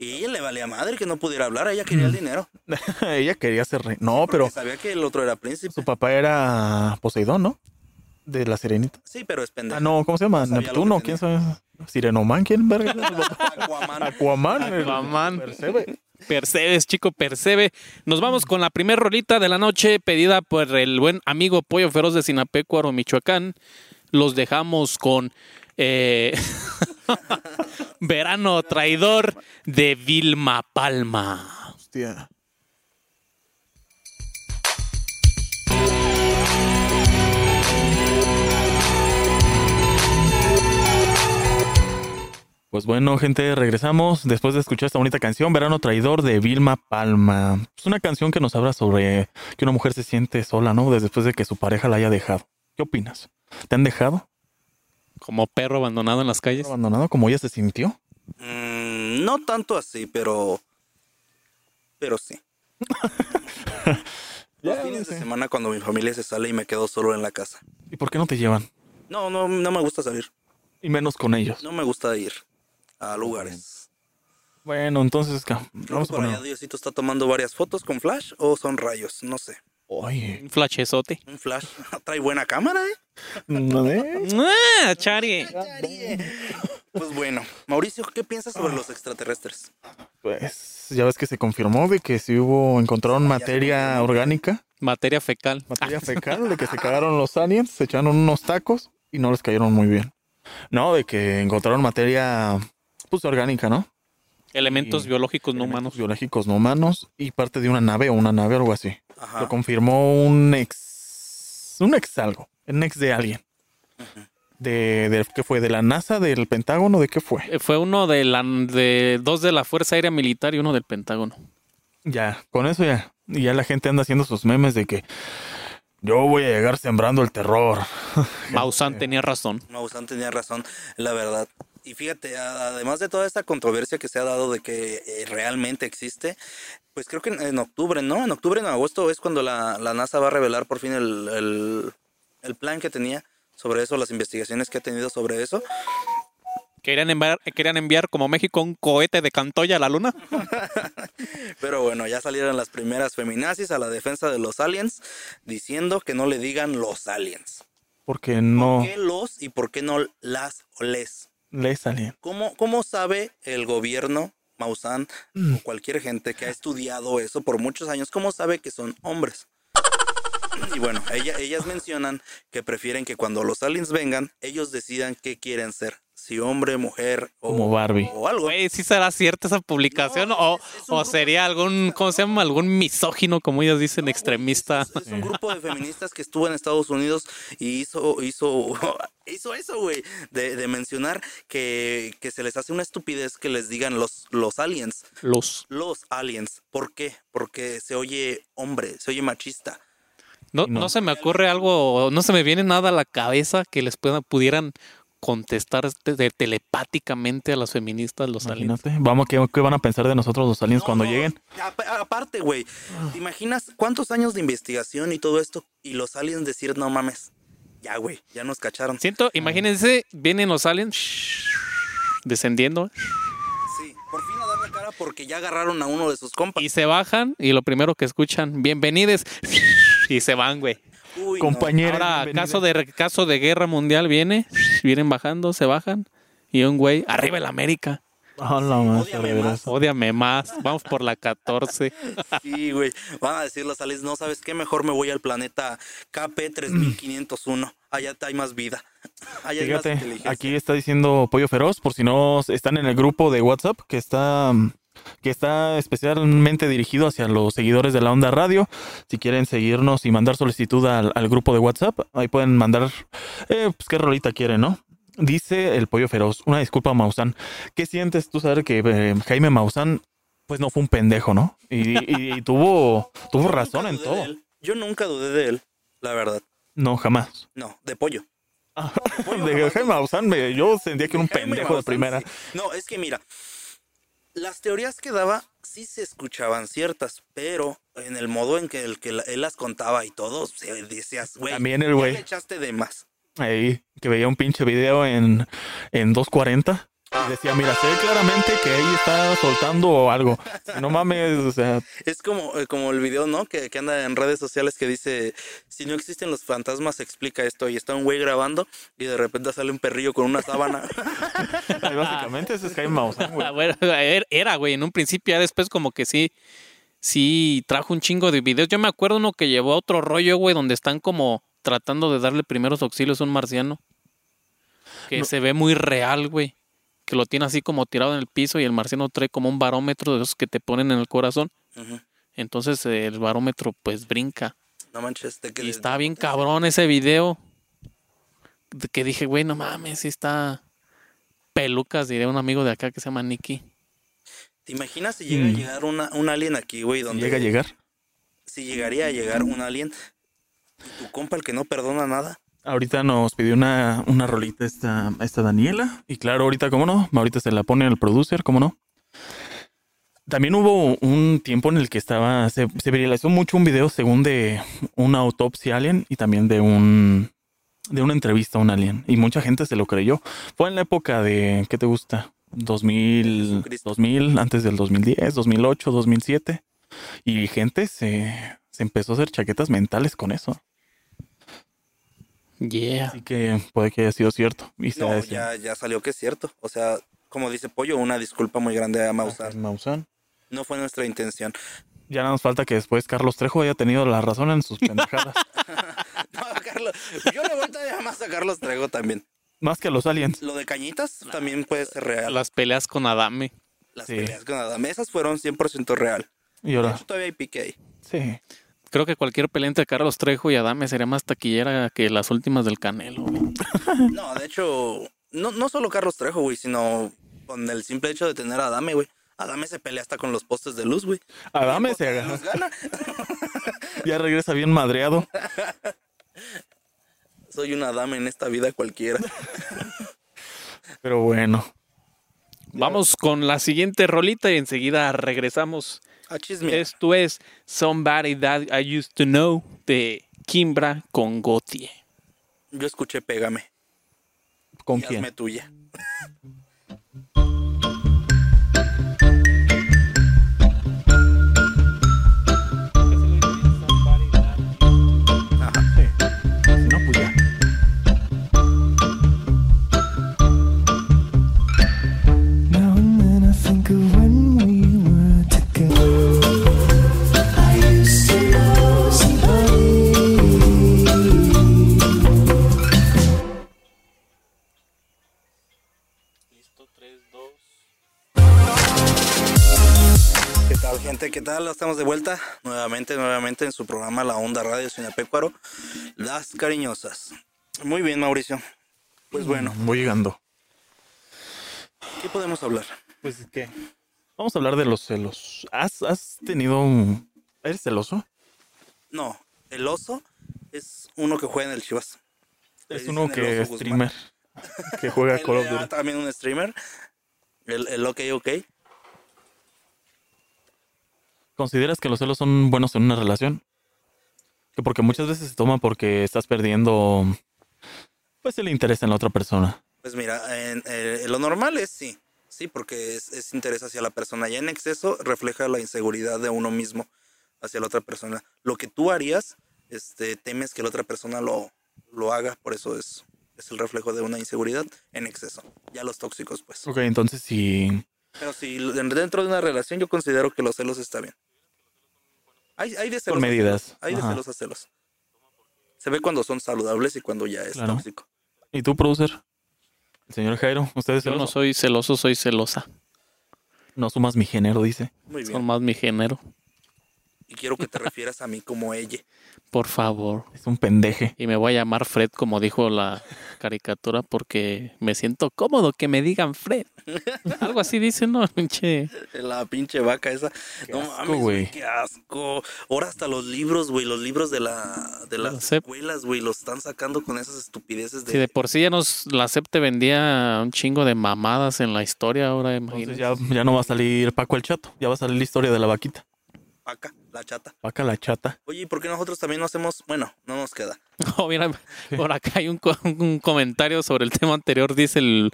Y ella le valía madre que no pudiera hablar, ella quería el dinero.
Ella quería ser rey. No, Mm. pero
Porque sabía que el otro era príncipe.
su papá era Poseidón, ¿no? De la sirenita.
Sí, pero es pendejo.
Ah, no, ¿cómo se llama?
sabía lo que
Neptuno, ¿quién sabe? Sirenoman, ¿quién verga? era su papá?
Aquaman.
Aquaman. el-
Aquaman.
Percebe.
Percebes, chico, percebe. Nos vamos con la primer rolita de la noche pedida por el buen amigo Pollo Feroz de Sinapecuaro, Michoacán. Los dejamos con eh, Verano Traidor de Vilma Palma.
Hostia. Pues bueno, gente, regresamos después de escuchar esta bonita canción, Verano Traidor de Vilma Palma. Es una canción que nos habla sobre que una mujer se siente sola, ¿no? Desde Después de que su pareja la haya dejado. ¿Qué opinas? ¿Te han dejado?
Como perro abandonado en las calles.
¿Abandonado como ella se sintió?
Mm, no tanto así, pero. Pero sí. Los fines de semana cuando mi familia se sale y me quedo solo en la casa.
¿Y por qué no te llevan?
No, no, no me gusta salir.
Y menos con ellos.
No me gusta ir a lugares.
Bueno, entonces, ca-
Creo que
vamos a
por allá
poner...
Diosito está tomando varias fotos con flash o son rayos, no sé.
Oye,
Un flachezote.
Un flash. Trae buena cámara, ¿eh?
¿no de?
¡Ah, Chari!
Pues bueno, Mauricio, ¿qué piensas
Ah.
sobre los extraterrestres?
Pues ya ves que se confirmó de que si hubo, encontraron materia orgánica,
Materia fecal. Ah,
materia fecal, de que se cagaron los aliens, se echaron unos tacos y no les cayeron muy bien. No, de que encontraron materia, pues orgánica, ¿no?
Elementos
Y-
biológicos no
Elementos
humanos.
biológicos no humanos y parte de una nave o una nave algo así.
Ajá.
Lo confirmó un ex, un ex algo, un ex de alguien. De, de, ¿Qué fue? ¿De la NASA? ¿Del Pentágono? ¿De qué fue?
Eh, Fue uno de, la, de dos de la Fuerza Aérea Militar y uno del Pentágono.
Ya, con eso ya. Y ya la gente anda haciendo sus memes de que yo voy a llegar sembrando el terror. Este.
Maussan tenía razón.
Maussan tenía razón, la verdad. Y fíjate, a- además de toda esta controversia que se ha dado de que eh, realmente existe, pues creo que en, en octubre, ¿no? En octubre, en agosto es cuando la, la NASA va a revelar por fin el, el- el plan que tenía sobre eso, las investigaciones que ha tenido sobre eso.
Querían enviar, querían enviar como México un cohete de Cantoya a la luna.
Pero bueno, ya salieron las primeras feminazis a la defensa de los aliens diciendo que no le digan los aliens.
Porque no
¿Por qué los y por qué no las o les?
le salían.
¿Cómo, cómo sabe el gobierno, Maussan,
Mm.
o cualquier gente que ha estudiado eso por muchos años, cómo sabe que son hombres? Y bueno, ella- ellas mencionan que prefieren que cuando los aliens vengan, ellos decidan qué quieren ser, si hombre, mujer o,
Como Barbie.
o algo.
Güey, ¿sí será cierta esa publicación?
No,
o
es- es un
o
grupo
sería algún, ¿cómo se llama? Algún misógino, como ellas dicen,
No, güey,
extremista.
Es, es un grupo de feministas que estuvo en Estados Unidos y hizo, hizo, hizo eso, güey, de, de mencionar que, que se les hace una estupidez que les digan los, los aliens.
Los.
Los aliens. ¿Por qué? Porque se oye hombre, se oye machista.
No,
Y no.
no se me ocurre algo, no se me viene nada a la cabeza que les puedan, pudieran contestar te- te- telepáticamente a las feministas los aliens.
Imagínate. Vamos, ¿qué, qué van a pensar de nosotros los aliens
No,
cuando
no,
lleguen?
ap- Aparte, güey, ¿te imaginas cuántos años de investigación y todo esto y los aliens decir, no mames, ya, güey, ya nos cacharon?
Siento, imagínense, vienen los aliens shhh, descendiendo
Sí, por fin a dar la cara porque ya agarraron a uno de sus compas.
y se bajan y lo primero que escuchan, bienvenides, y se van, güey.
Uy, no.
Compañera.
Ahora,
bienvenida.
caso de, caso de guerra mundial viene, vienen bajando, se bajan, y un güey, arriba el América,
Ah, la madre,
Ódiame
de
más.
veras.
ódiame más, vamos por la 14.
Sí, güey. Van a decir las aliens, no sabes qué, mejor me voy al planeta
Mm.
KP3501. Allá hay más vida. Allá hay más
Fíjate,
inteligencia.
aquí está diciendo Pollo Feroz, por si no están en el grupo de WhatsApp que está mm, que está especialmente dirigido hacia los seguidores de la Onda Radio. Si quieren seguirnos y mandar solicitud al, al grupo de WhatsApp, ahí pueden mandar eh, pues, qué rolita quieren, ¿no? Dice el Pollo Feroz, una disculpa Maussan, ¿qué sientes tú saber que eh, Jaime Maussan pues no fue un pendejo, ¿no? Y, y- y tuvo tuvo
Yo nunca
razón en
dudé de
todo.
él. Yo nunca dudé de él, la verdad.
No, jamás.
No, de pollo.
Ah,
De pollo
De
jamás.
Jaime Maussan, me- yo sentía que era un
Jaime
pendejo de
Maussan,
primera.
sí. No, es que mira, las teorías que daba sí se escuchaban ciertas, pero en el modo en que, el, que la- él las contaba y todo, se decías, güey,
También el
ya
güey.
le echaste de más.
ahí que veía un pinche video en, en 240 y decía, mira, sé claramente que ahí está soltando algo. No mames, o sea,
Es como, eh, como el video, ¿no? Que, que anda en redes sociales que dice, si no existen los fantasmas, explica esto. Y está un güey grabando y de repente sale un perrillo con una sábana.
ahí básicamente ese es Jaime Maussan, güey.
Ah, bueno, er- era, güey, en un principio, ya después como que sí, sí, trajo un chingo de videos. Yo me acuerdo uno que llevó a otro rollo, güey, donde están como tratando de darle primeros auxilios a un marciano. Que
No.
se ve muy real, güey. Que lo tiene así como tirado en el piso y el marciano trae como un barómetro de esos que te ponen en el corazón.
Ujú.
Entonces eh, el barómetro pues brinca.
No manches, de que
Y está bien cabrón ese video. De Que dije, güey, no mames, sí está pelucas, diría un amigo de acá que se llama Nicky.
¿Te imaginas si llega
Mm.
a llegar una, un alien aquí, güey? Donde,
Llega a llegar.
Si llegaría a llegar un alien y tu compa, el que no perdona nada.
Ahorita nos pidió una, una rolita esta, esta Daniela. Y claro, ahorita, ¿cómo no? Ahorita se la pone el producer, ¿cómo no? También hubo un tiempo en el que estaba, se, se viralizó mucho un video según de una autopsia alien y también de un de una entrevista a un alien. Y mucha gente se lo creyó. Fue en la época de, ¿qué te gusta? 2000,
Jesucristo.
2000 antes del 2010, 2008, 2007. Y gente se, se empezó a hacer chaquetas mentales con eso.
Yeah.
Así que puede que haya sido cierto. Y sea
No,
ese.
ya, ya salió que es cierto. O sea, como dice Pollo, una disculpa muy grande a Mausar.
Maussan.
No fue nuestra intención.
Ya nada nos falta que después Carlos Trejo haya tenido la razón en sus pendejadas.
No, Carlos, yo le voy todavía más a Carlos Trego también.
Más que a los aliens.
Lo de cañitas también puede ser real.
Las peleas con Adame.
Las
Sí.
peleas con Adame, esas fueron 100% real.
Y
De
ahora.
hecho, todavía hay pique ahí.
Sí.
Creo que cualquier pelea entre Carlos Trejo y Adame sería más taquillera que las últimas del Canelo. güey.
No, de hecho, no, no solo Carlos Trejo, güey, sino con el simple hecho de tener a Adame, güey. Adame se pelea hasta con los postes de luz, güey.
Adame se
Nos
agarra.
gana.
Ya regresa bien madreado.
Soy una Adame en esta vida cualquiera.
Pero bueno.
Vamos con la siguiente rolita y enseguida regresamos.
A chisme.
Esto es Somebody That I Used to Know de Kimbra con Gotie.
Yo escuché Pégame.
¿Con
y hazme
quién?
tuya.
Si no, pues ya.
Now and then I think of when we were together. I used to know somebody.
gente, ¿qué tal? Estamos de vuelta nuevamente, nuevamente en su programa La Onda Radio Sinapecuaro, Las Cariñosas. Muy bien, Mauricio. Pues
Mm.
bueno,
Voy llegando.
¿qué podemos hablar?
Pues qué. Vamos a hablar de los celos. ¿Has, has tenido un... ¿Eres celoso?
No, el oso es uno que juega en el Chivas. Le
Es
dicen
uno
el
que
oso Guzmán.
streamer. Que juega
Él
Call of
era
Duty.
también un streamer. El, el OK OK.
¿Consideras que los celos son buenos en una relación? Que porque muchas veces se toma porque estás perdiendo pues el interés en la otra persona.
Pues mira, en, eh, lo normal es sí. Sí, porque es, es interés hacia la persona. Ya en exceso refleja la inseguridad de uno mismo hacia la otra persona. Lo que tú harías, este, temes que la otra persona lo, lo haga. Por eso es, es el reflejo de una inseguridad en exceso. Ya los tóxicos, pues.
Ok, entonces si
Pero si dentro de una relación yo considero que los celos está bien. Hay, hay de celos.
con
a
medidas.
Hay de
Ajá.
celos a celos. Se ve cuando son saludables y cuando ya es
Claro.
tóxico.
¿Y tú, producer? El señor Jairo, ustedes
Yo no
celoso?
soy celoso, soy celosa.
no sumas mi género, dice.
Muy bien.
Son más mi género.
Y quiero que te refieras a mí como ella.
Por favor.
Es un pendeje.
Y me voy a llamar Fred, como dijo la caricatura, porque me siento cómodo que me digan Fred. Algo así dicen, ¿no? Pinche.
La pinche vaca esa. no
asco,
mames,
güey.
güey. Qué asco. Ahora hasta los libros, güey. Los libros de, la, de las
la SEP.
escuelas, güey. Los están sacando con esas estupideces de...
Si de por sí ya nos la CEP te vendía un chingo de mamadas en la historia, ahora
Entonces
imagínate.
ya, ya no va a salir Paco el Chato, ya va a salir la historia de la vaquita.
vaca, la chata.
Paca la chata.
Oye, ¿y por qué nosotros también no hacemos...? Bueno, no nos queda.
No, mira, por acá hay un, co- un comentario sobre el tema anterior. Dice el,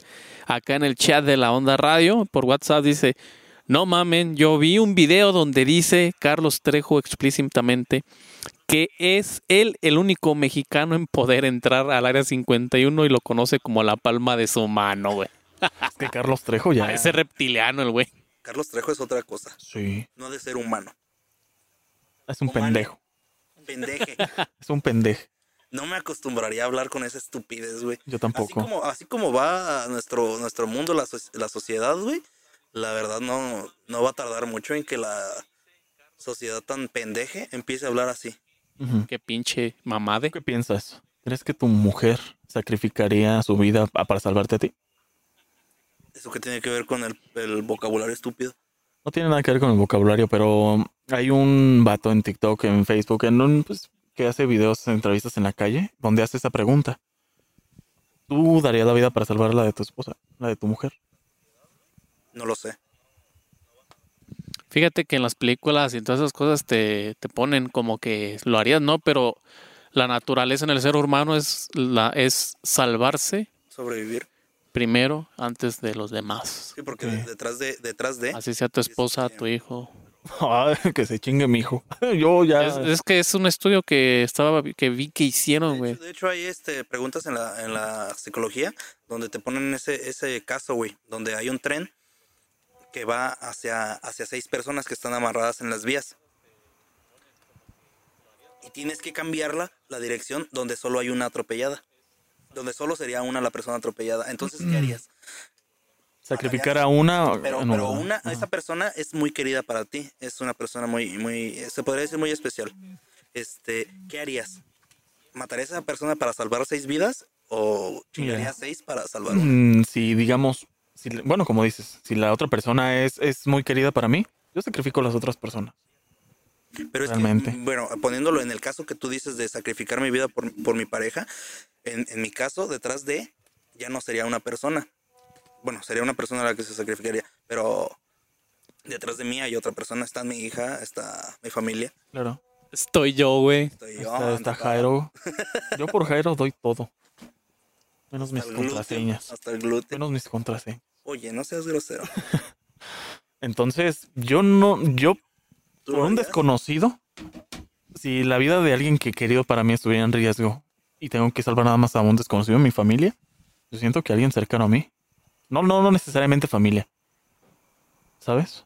acá en el chat de la Onda Radio, por WhatsApp, dice: No mamen, yo vi un video donde dice Carlos Trejo explícitamente que es él el único mexicano en poder entrar al área 51 y lo conoce como la palma de su mano, güey.
Es que Carlos Trejo ya.
Ese reptiliano, el güey.
Carlos Trejo es otra cosa.
Sí.
No ha de ser humano.
Es un
Humano.
pendejo.
Pendeje.
Es un pendeje.
No me acostumbraría a hablar con esa estupidez, güey.
Yo
Así
tampoco.
como, así como va nuestro, nuestro mundo, la, so- la sociedad, güey, la verdad no, no va a tardar mucho en que la sociedad tan pendeje empiece a hablar así.
Ujú.
Qué pinche mamade.
¿Tú qué piensas? ¿Crees que tu mujer sacrificaría su vida pa- para salvarte a ti?
Eso que tiene que ver con el, el vocabulario estúpido.
No tiene nada que ver con el vocabulario, pero hay un vato en TikTok, en Facebook, en un, pues, que hace videos, entrevistas en la calle, donde hace esa pregunta. ¿Tú darías la vida para salvar la de tu esposa, la de tu mujer?
No lo sé.
Fíjate que en las películas y en todas esas cosas te, te ponen como que lo harías, ¿no? Pero la naturaleza en el ser humano es, la, es salvarse
Sobrevivir.
primero antes de los demás.
Sí, porque de- detrás de, detrás de,
Así sea tu esposa, tu hijo.
Ah, que se chingue mi hijo. Yo ya...
Es, es que es un estudio que estaba que vi que hicieron,
de
güey.
hecho, de hecho, hay este preguntas en la, en la psicología donde te ponen ese, ese caso, güey, donde hay un tren que va hacia, hacia seis personas que están amarradas en las vías. Y tienes que cambiarla la dirección donde solo hay una atropellada. Donde solo sería una la persona atropellada. Entonces, ¿qué harías?
Sacrificar a una... mm,
Pero,
no,
pero
¿verdad?
una,
Ajá.
esa persona es muy querida para ti. Es una persona muy, muy, se podría decir muy especial. Este, ¿qué harías? ¿Matarías a esa persona para salvar seis vidas? ¿O chingarías seis para salvar una?
Mm, si digamos, si le- bueno, como dices, si la otra persona es, es muy querida para mí, yo sacrifico a las otras personas.
Pero es que,
Realmente.
mm, bueno, poniéndolo en el caso que tú dices de sacrificar mi vida por, por mi pareja, en, en mi caso, detrás de, ya no sería una persona. Bueno, sería una persona a la que se sacrificaría, pero detrás de mí hay otra persona. Está mi hija, está mi familia,
Claro.
Estoy yo, güey.
estoy yo. "Ah,
Está, está
anda,
Jairo. Yo por Jairo doy todo. Menos mis
hasta el glúteo,
contraseñas.
Hasta el glúteo.
Menos mis contraseñas.
Oye, no seas grosero.
Entonces, yo no, yo
¿Tú
por
lo
un
harías?
desconocido, si la vida de alguien que he querido para mí estuviera en riesgo y tengo que salvar nada más a un desconocido en mi familia, yo siento que alguien cercano a mí. No, no, no necesariamente familia. ¿Sabes?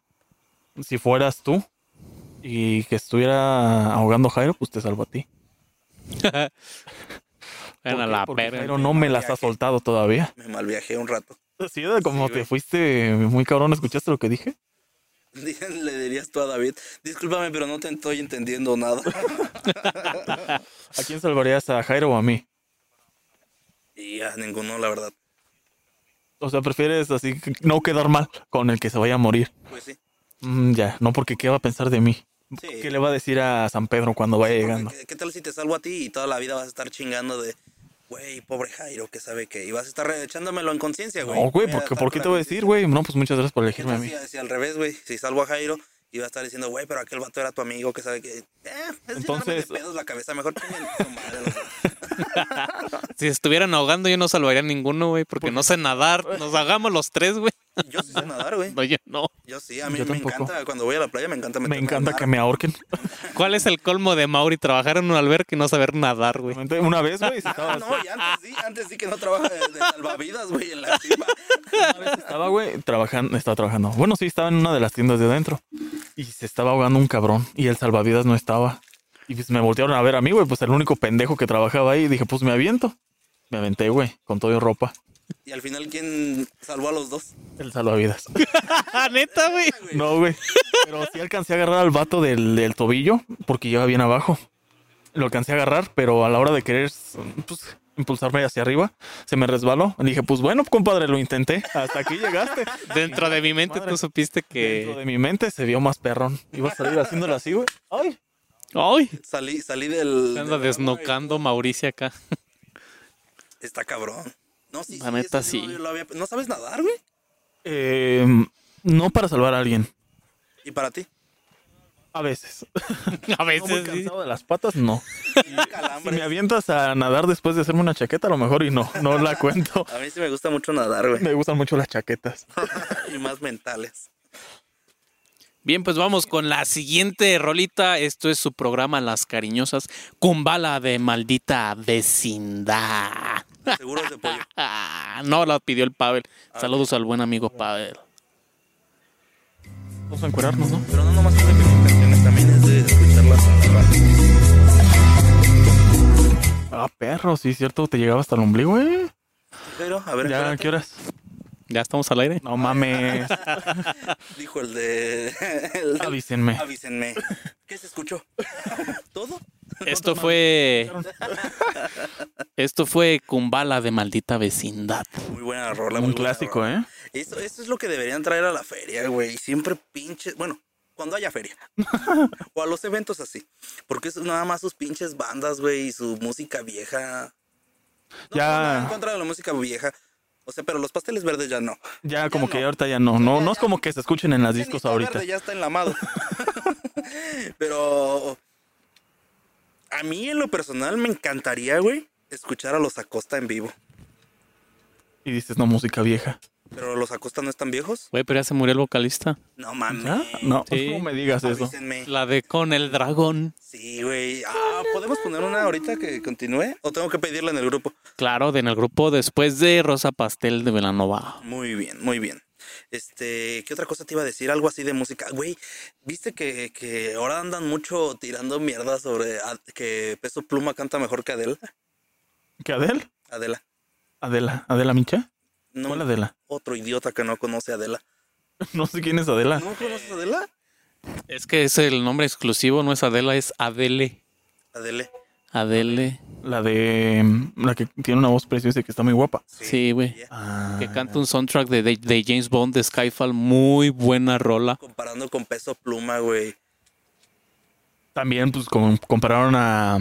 Si fueras tú y que estuviera ahogando Jairo, pues te salvo a ti.
Ven a
¿Por qué?
la
Porque
verga.
Jairo no me las ha
Viaje.
soltado todavía.
Me malviajé un rato.
Sí, como te
güey.
fuiste muy cabrón, ¿escuchaste lo que dije?
Le dirías tú a David, discúlpame, pero no te estoy entendiendo nada.
¿A quién salvarías? ¿A Jairo o a mí?
y a ninguno, la verdad.
O sea, prefieres así no quedar mal con el que se vaya a morir.
Pues sí.
Mm, ya, no porque qué va a pensar de mí.
Sí.
¿Qué le va a decir a San Pedro cuando vaya
Porque,
llegando?
¿Qué, qué tal si te salvo a ti y toda la vida vas a estar chingando de, güey, pobre Jairo, que sabe que. Y vas a estar re- echándomelo en conciencia, güey.
No, güey,
Voy a
porque,
estar
¿por qué
con
te
la
voy a decir, güey? No, pues muchas gracias por
¿Qué
elegirme a
tal
mí.
si, si al revés, güey? Si salvo a Jairo, iba a estar diciendo, güey, pero aquel vato era tu amigo que sabe que. Eh, es Entonces.
Entonces-
De pedos la cabeza, mejor chinguen su madre, la verdad.
Si estuvieran ahogando, yo no salvaría a ninguno, güey, porque no sé nadar. Nos ahogamos los tres, güey.
Yo sí sé nadar, güey.
No, yo no.
Yo sí, a mí
Yo
me
tampoco.
encanta. Cuando voy a la playa, me encanta
Me
meterme
encanta
al
que
mar.
me ahorquen.
¿Cuál es el colmo de Mauri? Trabajar en un alberca y no saber nadar, güey.
Una vez, güey, se
Ah,
estaba,
no, y antes sí, antes sí que no trabaja de, de salvavidas, güey, en la cima.
Estaba, güey, trabajando, estaba trabajando. Bueno, sí, estaba en una de las tiendas de adentro. Y se estaba ahogando un cabrón. Y el salvavidas no estaba. Y pues me voltearon a ver a mí, güey, pues el único pendejo que trabajaba ahí. dije, pues me aviento. Me aventé, güey, con todo y ropa.
Y al final, ¿quién salvó a los dos?
El salvavidas.
Ah, neta, güey.
No, güey. Pero sí alcancé a agarrar al vato del, del tobillo, porque iba bien abajo. Lo alcancé a agarrar, pero a la hora de querer pues, impulsarme hacia arriba, se me resbaló. Le dije, pues bueno, compadre, lo intenté. Hasta aquí llegaste.
Dentro de mi mente
Madre.
tú supiste
Dentro
que.
de mi mente se vio más perrón. Iba a salir haciéndolo así, güey. Ay.
¡Ay!
Salí, salí del.
Anda
del agua y-
desnucando Mauricio acá.
Está cabrón. No, sí,
La
sí,
neta,
eso
sí.
No, lo había- no sabes nadar, güey.
Eh, no para salvar a alguien.
Y para ti.
A veces.
A
No, muy
veces. sí.
cansado de las patas, no. Si
Calambre.
me avientas a nadar después de hacerme una chaqueta, a lo mejor y no, no la cuento.
A mí sí me gusta mucho nadar, güey.
Me gustan mucho las chaquetas.
y más mentales.
Bien, pues vamos con la siguiente rolita. Esto es su programa Las Cariñosas con bala de maldita vecindad.
Seguro es de pollo.
Ah, no la pidió el Pavel.
Ah,
Saludos al buen amigo Pavel.
Vamos a encuerarnos, ¿no?
Pero no nomás es de pedir canciones, también es de escucharlas. en
Ah, perro, sí, cierto. Te llegaba hasta el ombligo, eh.
Pero, a ver,
¿Ya
espérate.
qué horas?
¿Ya estamos al aire?
No mames.
dijo el de.
Ah,
el de-
Avísenme.
Avísenme. ¿Qué se escuchó? ¿Todo?
Esto fue. Esto fue Kumbala de maldita vecindad.
Muy buena rola.
Un
muy buena
clásico, ¿eh?
rola. Eso, eso es lo que deberían traer a la feria, güey. Siempre pinches. Bueno, cuando haya feria. o a los eventos así. Porque es nada más sus pinches bandas, güey, y su música vieja. No,
Ya.
no, nada en contra de la música vieja. O sea, pero los pasteles verdes ya no.
Ya como que ahorita ya no. No, no es como que se escuchen en las discos
Cenita
ahorita.
Verde ya está enlamado. pero. A mí, en lo personal, me encantaría, güey, escuchar a los Acosta en vivo.
Y dices, no, música vieja.
Pero los Acosta no están viejos.
Güey, pero ya se murió el vocalista.
No mames.
¿Ah? No,
Sí.
no me digas eso.
Avísenme.
La de Con el Dragón.
Sí, güey. Ah, ¿podemos poner una ahorita que continúe? ¿O tengo que pedirla en el grupo?
Claro, de en el grupo después de Rosa Pastel de Velanova.
Muy bien, muy bien. Este, ¿qué otra cosa te iba a decir? Algo así de música. Güey, ¿viste que, que ahora andan mucho tirando mierda sobre a- que Peso Pluma canta mejor que Adela?
¿Qué Adel?
Adela.
Adela, Adela Micha.
No,
¿Cuál Adela?
Otro idiota que no conoce a Adela.
No sé quién es Adela.
¿No conoces a Adela?
Es que es el nombre exclusivo, no es Adela, es Adele.
Adele.
Adele.
La de. mm, La que tiene una voz preciosa y que está muy guapa.
Sí, güey.
ella. Ah.
Que canta un soundtrack de, de, de James Bond de Skyfall. Muy buena rola.
Comparando con Peso Pluma, güey.
También, pues, com- compararon a.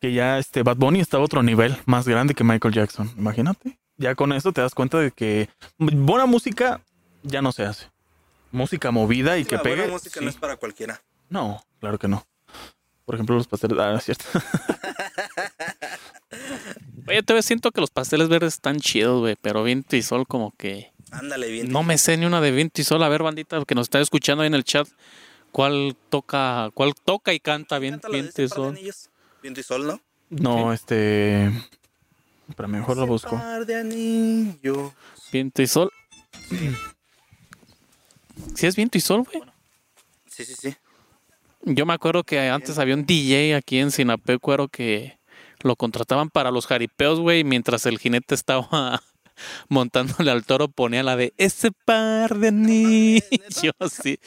Que ya este Bad Bunny estaba a otro nivel más grande que Michael Jackson. Imagínate. Ya con eso te das cuenta de que buena música ya no se hace. Música movida y que
La
pegue.
buena música
sí.
no es para cualquiera.
No, claro que no. Por ejemplo, los pasteles. Ah, es cierto.
Oye, todavía siento que los pasteles verdes están chidos, güey. Pero Viento y Sol, como que.
Ándale bien.
No me sé ni una de Viento y Sol. A ver, bandita, que nos está escuchando ahí en el chat. ¿Cuál toca, cuál toca y canta bien,
Cántala de
Viento y
ese par de
Sol?
anillos. Viento y sol, ¿no?
No, este. Pero mejor lo
Ese
busco.
par de anillos.
Viento y Sol. ¿Sí es Viento y Sol, güey?
Sí, sí, sí.
Yo me acuerdo que antes había un DJ aquí en Sinapecuaro que lo contrataban para los jaripeos, güey, mientras el jinete estaba montándole al toro ponía la de ese par de niños. sí.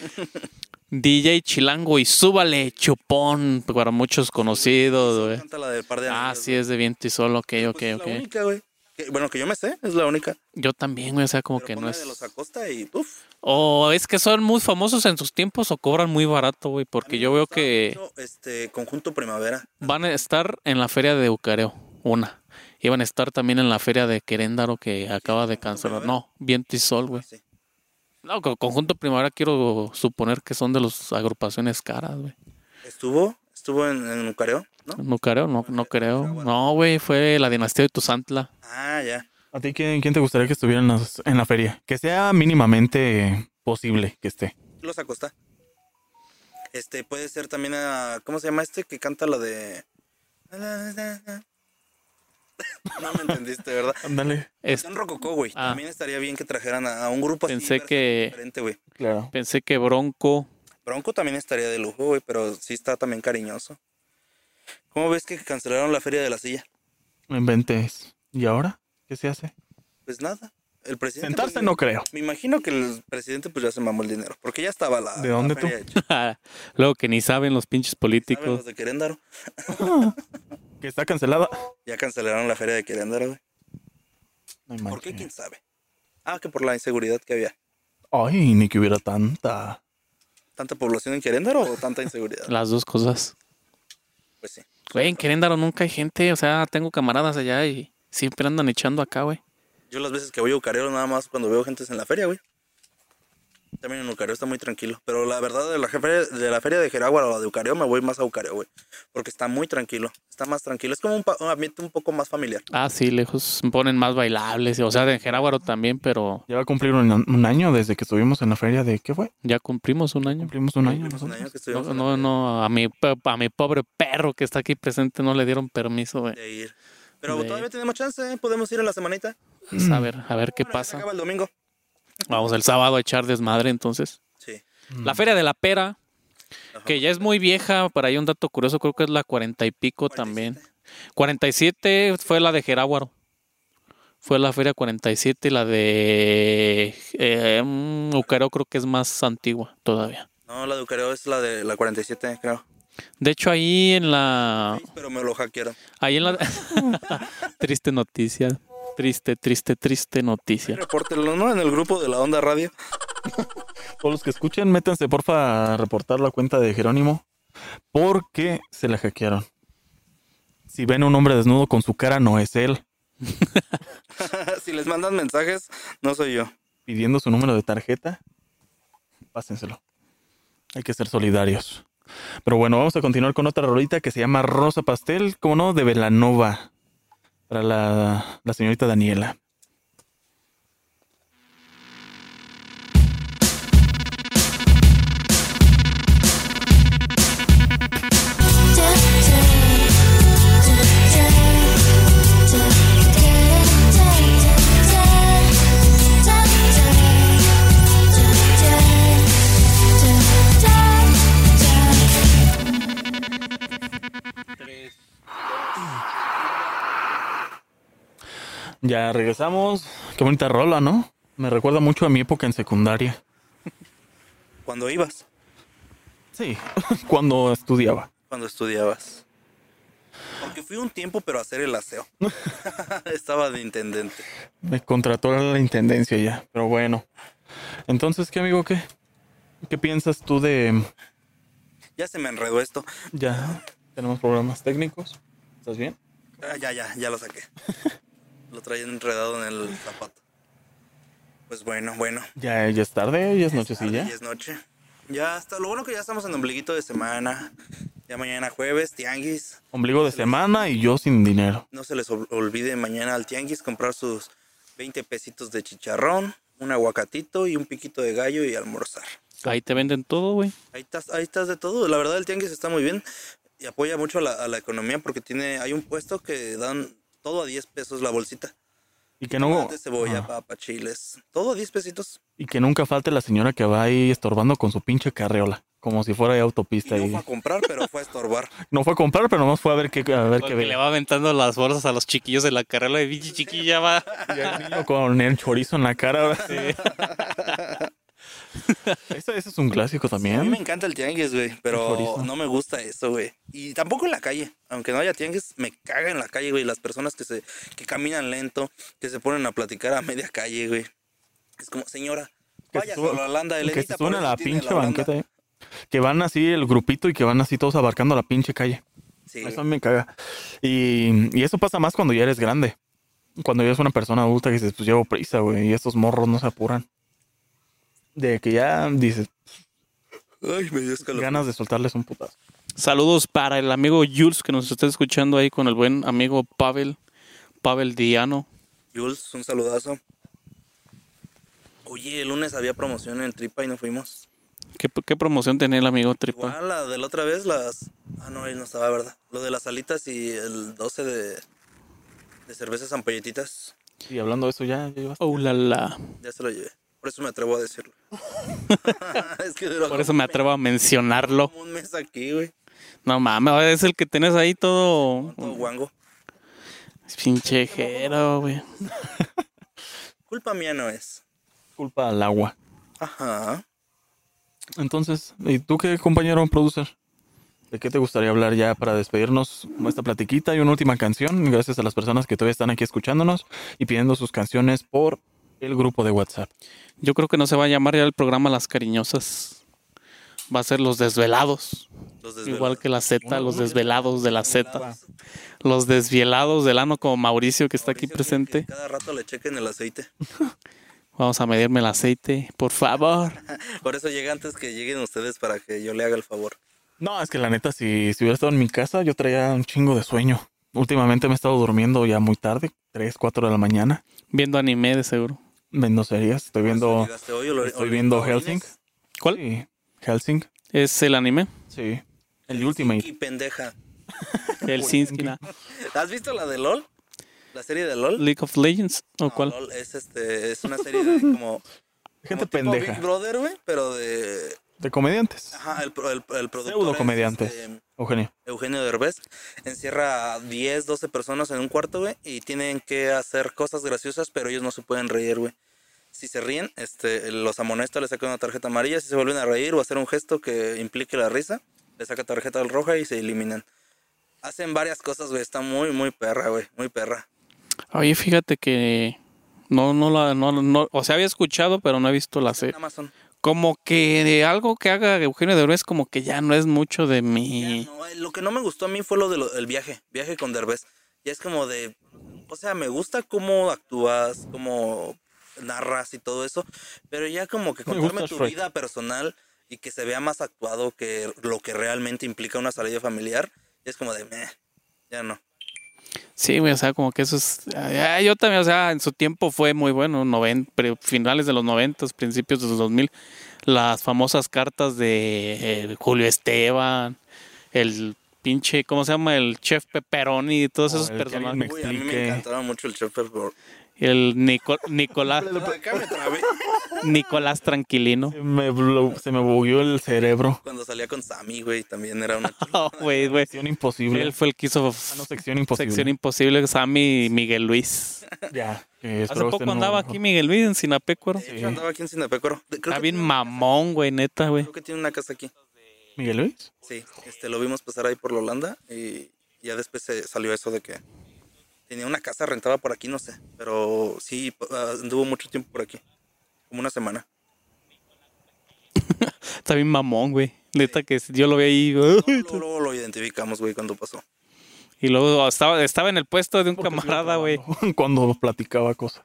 DJ Chilango y súbale, chupón, para muchos conocidos. güey.
Canta la del par de
Ah,
anillos,
sí,
güey.
es de viento y solo, ok, ok,
Pues es
ok.
La única, güey. Que- Bueno, que yo me sé, es la única.
Yo también, güey, o sea, como
Pero
que no
ponme
es...
de los Acosta y uf.
O es que son muy famosos en sus tiempos o cobran muy barato, güey, porque yo veo que
Mucho, Este, conjunto primavera.
van a estar en la feria de Eucareo, una. Y van a estar también en la feria de Queréndaro que acaba de cancelar. No, Viento y Sol, güey.
Sí.
No, con Conjunto Primavera quiero suponer que son de las agrupaciones caras, güey.
Estuvo, estuvo en, en Ucareo, ¿no?
No creo, no, no creo. No, güey, fue la dinastía de Tuzantla.
Ah, ya.
¿A ti quién, quién te gustaría que estuviera en, las- en la feria? Que sea mínimamente posible que esté.
Los Acosta. Este, puede ser también a. ¿Cómo se llama este que canta la de. No me entendiste, ¿verdad?
Ándale.
Es-
Son Rococó, güey.
Ah.
También estaría bien que trajeran a, a un grupo así,
Pensé
versa,
que-
Diferente, güey.
Claro.
pensé que Bronco.
Bronco también estaría de lujo, güey, pero sí está también cariñoso. ¿Cómo ves que cancelaron la Feria de la Silla?
No inventes. ¿Y ahora? ¿Qué se hace?
Pues nada. El presidente.
Sentarse
pues,
no creo.
Me imagino que el presidente pues ya se mamó el dinero, porque ya estaba la.
¿De dónde
la
tú?
feria hecha.
Luego que ni saben los pinches
¿Saben
políticos.
los de Queréndaro?
Que está cancelada.
Ya cancelaron la feria de Queréndaro, güey.
No
¿Por qué?
manches.
¿Quién sabe? Ah, que por la inseguridad que había.
Ay, ni que hubiera tanta.
¿Tanta población en Queréndaro o tanta inseguridad?
Las dos cosas.
Pues sí.
Güey, en Queréndaro nunca hay gente, o sea, tengo camaradas allá y siempre andan echando acá, güey.
Yo las veces que voy a Ucareo nada más cuando veo gentes en la feria, güey. También en Ucareo está muy tranquilo. Pero la verdad, de la, feria, de la feria de Jeráguaro a la de Ucareo, me voy más a Ucareo, güey. Porque está muy tranquilo. Está más tranquilo. Es como un, pa- un ambiente un poco más familiar.
Ah, sí, lejos ponen más bailables, o sea, en Jerábaro también, pero
Ya va a cumplir un, un año desde que estuvimos en la feria de. ¿Qué fue?
ya cumplimos un año.
Cumplimos un año.
Hace un
nosotros.
año que estuvimos
No,
en la
no,
feria
no, a mi, pe- a mi pobre perro que está aquí presente no le dieron permiso, güey.
de ir. Pero
De-
todavía tenemos chance, ¿eh? Podemos ir a la semanita.
Pues, A ver, a ver qué
Bueno, ya se
pasa.
acaba el domingo.
Vamos el sábado a echar desmadre, entonces.
Sí.
La Feria de la Pera,
Ajá.
que ya es muy vieja, por ahí un dato curioso, creo que es la cuarenta y pico también. 47 fue la de Jeráguaro. Fue la Feria 47 y la de eh, mm, Ucareo creo que es más antigua todavía.
No, la de Ucareo es la de la 47, creo.
De hecho, ahí en la...
Pero me lo hackearon.
Ahí en la... triste noticia. Triste, triste, triste noticia.
Repórtelo, ¿no? En el grupo de la Onda Radio.
Todos los que escuchen, métanse porfa a reportar la cuenta de Jerónimo. Porque se la hackearon. Si ven a un hombre desnudo con su cara, no es él.
si les mandan mensajes, no soy yo.
Pidiendo su número de tarjeta, pásenselo. Hay que ser solidarios. Pero bueno, vamos a continuar con otra rolita que se llama Rosa Pastel, como no, de Velanova. Para la, la señorita Daniela. Ya regresamos. Qué bonita rola, ¿no? Me recuerda mucho a mi época en secundaria.
Cuando ibas,
Sí, cuando estudiaba.
cuando estudiabas. Porque fui un tiempo, pero a hacer el aseo. Estaba de intendente.
Me contrató la intendencia ya, pero bueno. Entonces, ¿qué amigo? ¿Qué? ¿Qué piensas tú de...
Ya se me enredó esto.
Ya, tenemos problemas técnicos. ¿Estás bien?
Ah, ya, ya, ya lo saqué. Lo traía enredado en el zapato. Pues bueno, bueno.
Ya, ya es tarde, ya es nochecilla.
Y es noche. Ya hasta lo bueno que ya estamos en ombliguito de semana. Ya mañana jueves, tianguis.
Ombligo de semana y yo sin dinero.
No se les ol- olvide mañana al tianguis comprar sus 20 pesitos de chicharrón, un aguacatito y un piquito de gallo y almorzar.
Ahí te venden todo, güey.
Ahí estás, ahí estás de todo. La verdad, el tianguis está muy bien y apoya mucho a la, a la economía porque tiene, hay un puesto que dan todo a 10 pesos la bolsita.
Y que, no,
Tomate, cebolla,
Ajá.
papa, chiles. Todo 10 pesitos.
y que nunca falte la señora que va ahí estorbando con su pinche carreola. Como si fuera de
Y
autopista.
no
Y
fue a comprar, pero fue a estorbar.
no fue a comprar, pero nomás fue a ver qué, a ver qué
Porque
ve.
le va aventando las bolsas a los chiquillos de la carrera de pinche chiquilla va.
Con el chorizo en la cara. ahora sí. Ese- ese es un clásico
A mí me
también.
encanta el tianguis, güey,
El
pero
chorizo.
no me gusta eso, güey. Y tampoco en la calle. Aunque no haya tianguis, me caga en la calle, güey. Las personas que se que caminan lento, que se ponen a platicar a media calle, güey. Es como, señora,
Que
vaya
se suba-
a la Holanda,
Que
Elenita,
se suben
por
a
eso
la
tiene
pinche
Holanda.
banqueta. eh. Que van así el grupito y que van así todos abarcando la pinche calle.
Sí,
Eso a mí me caga. Y, y eso pasa más cuando ya eres grande. Cuando ya eres una persona adulta que dices, pues llevo prisa, güey, y estos morros no se apuran. De que ya dices,
Ay, me dio escalofrío.
ganas de soltarles un putazo.
Saludos para el amigo Jules que nos está escuchando ahí con el buen amigo Pavel, Pavel Diano.
Jules, un saludazo. Oye, el lunes había promoción en Tripa y no fuimos.
¿Qué, qué promoción tenía el amigo Tripa?
Igual la de la otra vez, las. Ah, no, ahí no estaba, ¿verdad? Lo de las alitas y el 12 de, de cervezas ampolletitas.
Y hablando de eso, ya, ya llevas-
Oh la la.
Ya se lo llevé. Por eso me atrevo a decirlo. es que duró
Por eso me atrevo a mencionarlo.
como un mes aquí, güey.
No mames, es el que tenés ahí todo
Todo guango.
pinchejero, güey.
Culpa mía no es.
culpa al agua.
Ajá.
Entonces, ¿y tú qué, compañero producer? ¿De qué te gustaría hablar ya para despedirnos esta platiquita y una última canción? Gracias a las personas que todavía están aquí escuchándonos y pidiendo sus canciones por el grupo de WhatsApp.
Yo creo que no se va a llamar ya el programa Las Cariñosas. Va a ser Los Desvelados.
Los
Igual
desvelados.
que la Z,
Uno-
los
uno-
desvelados de la Z.
Desvelados.
Los desvielados del ano como Mauricio que está aquí
Mauricio, que-
presente.
que Cada rato le chequen el aceite.
Vamos a medirme el aceite, por favor.
Por eso llega antes que lleguen ustedes para que yo le haga el favor.
No, es que la neta, si, si hubiera estado en mi casa, yo traía un chingo de sueño. Últimamente me he estado durmiendo ya muy tarde, 3, 4 de la mañana.
Viendo anime de seguro.
Viendo series, estoy
Por eso
viendo
llegaste hoy, o lo-
estoy
o-
viendo
o-
Helsing.
¿Cuál
Sí, Helsing,
es el anime?
sí. El
Y
Ultimate.
pendeja.
El Sinskina.
¿Has visto la de LOL? ¿La serie de LOL?
League of Legends. ¿O
No,
cuál?
LOL es, este, es una serie de como.
Gente
como tipo
pendeja.
Big Brother, güey, pero de.
De comediantes.
Ajá, el, pro- el, el productor.
Pseudocomediantes.
es, este,
Eugenio.
Eugenio Derbez encierra a 10, 12 personas en un cuarto, güey, y tienen que hacer cosas graciosas, pero ellos no se pueden reír, güey. Si se ríen, este, los amonesta, le saca una tarjeta amarilla, si se vuelven a reír o hacer un gesto que implique la risa, le saca tarjeta roja y se eliminan. Hacen varias cosas, güey, está muy, muy perra, güey, muy perra.
Oye, fíjate que no, no la, no, no, o sea, había escuchado, pero no he visto la
Está en
serie.
Amazon.
Como que de algo que haga Eugenio Derbez, como que ya no es mucho de
Ya,
mí.
no, eh, lo que no me gustó a mí fue lo del viaje, viaje con Derbez. Ya es como de, o sea, me gusta cómo actúas, cómo narras y todo eso, pero ya como que
Me
contarme
gusta
tu
Shrek.
vida personal y que se vea más actuado que lo que realmente implica una salida familiar, ya es como de, meh, ya no.
Sí, güey, o sea, como que eso es. ah, yo también, o sea, en su tiempo fue muy bueno, noven- pre- finales de los noventas, principios de los 2000, las famosas cartas de eh, Julio Esteban, el pinche, ¿cómo se llama? El chef Pepperoni y todos
O
esos
el que alguien
personajes.
me
Uy, a mí
Explique.
me encantaba mucho el Chopper por...
El Nico-
Ah,
Nicolás,
Acá me trabé
Nicolás Tranquilino.
Se me, blo- se me bugueó el cerebro.
cuando salía con Sammy, güey, también era una...
Oh, güey, güey.
Sección imposible.
Él fue el que hizo
Ah, no, sección imposible.
Sección Imposible, Sammy y Miguel Luis.
Ya. que
Hace
espero
poco
estén
andaba
mejor.
aquí Miguel Luis en Sinapecuaro.
De hecho, andaba aquí en Sinapecuaro. De- Creo
Está
que
bien
tiene-
mamón, güey, neta, güey.
Creo que tiene una casa aquí.
Miguel Luis.
Sí, este, lo vimos pasar ahí por la Holanda y ya después se salió eso de que tenía una casa rentada por aquí, no sé, pero sí, p- ah, anduvo mucho tiempo por aquí, como una semana.
Está bien mamón, güey. Neta que yo lo vi ahí.
Luego, luego lo identificamos, güey, cuando pasó.
Y luego estaba, estaba en el puesto de un camarada, güey.
Cuando platicaba cosas.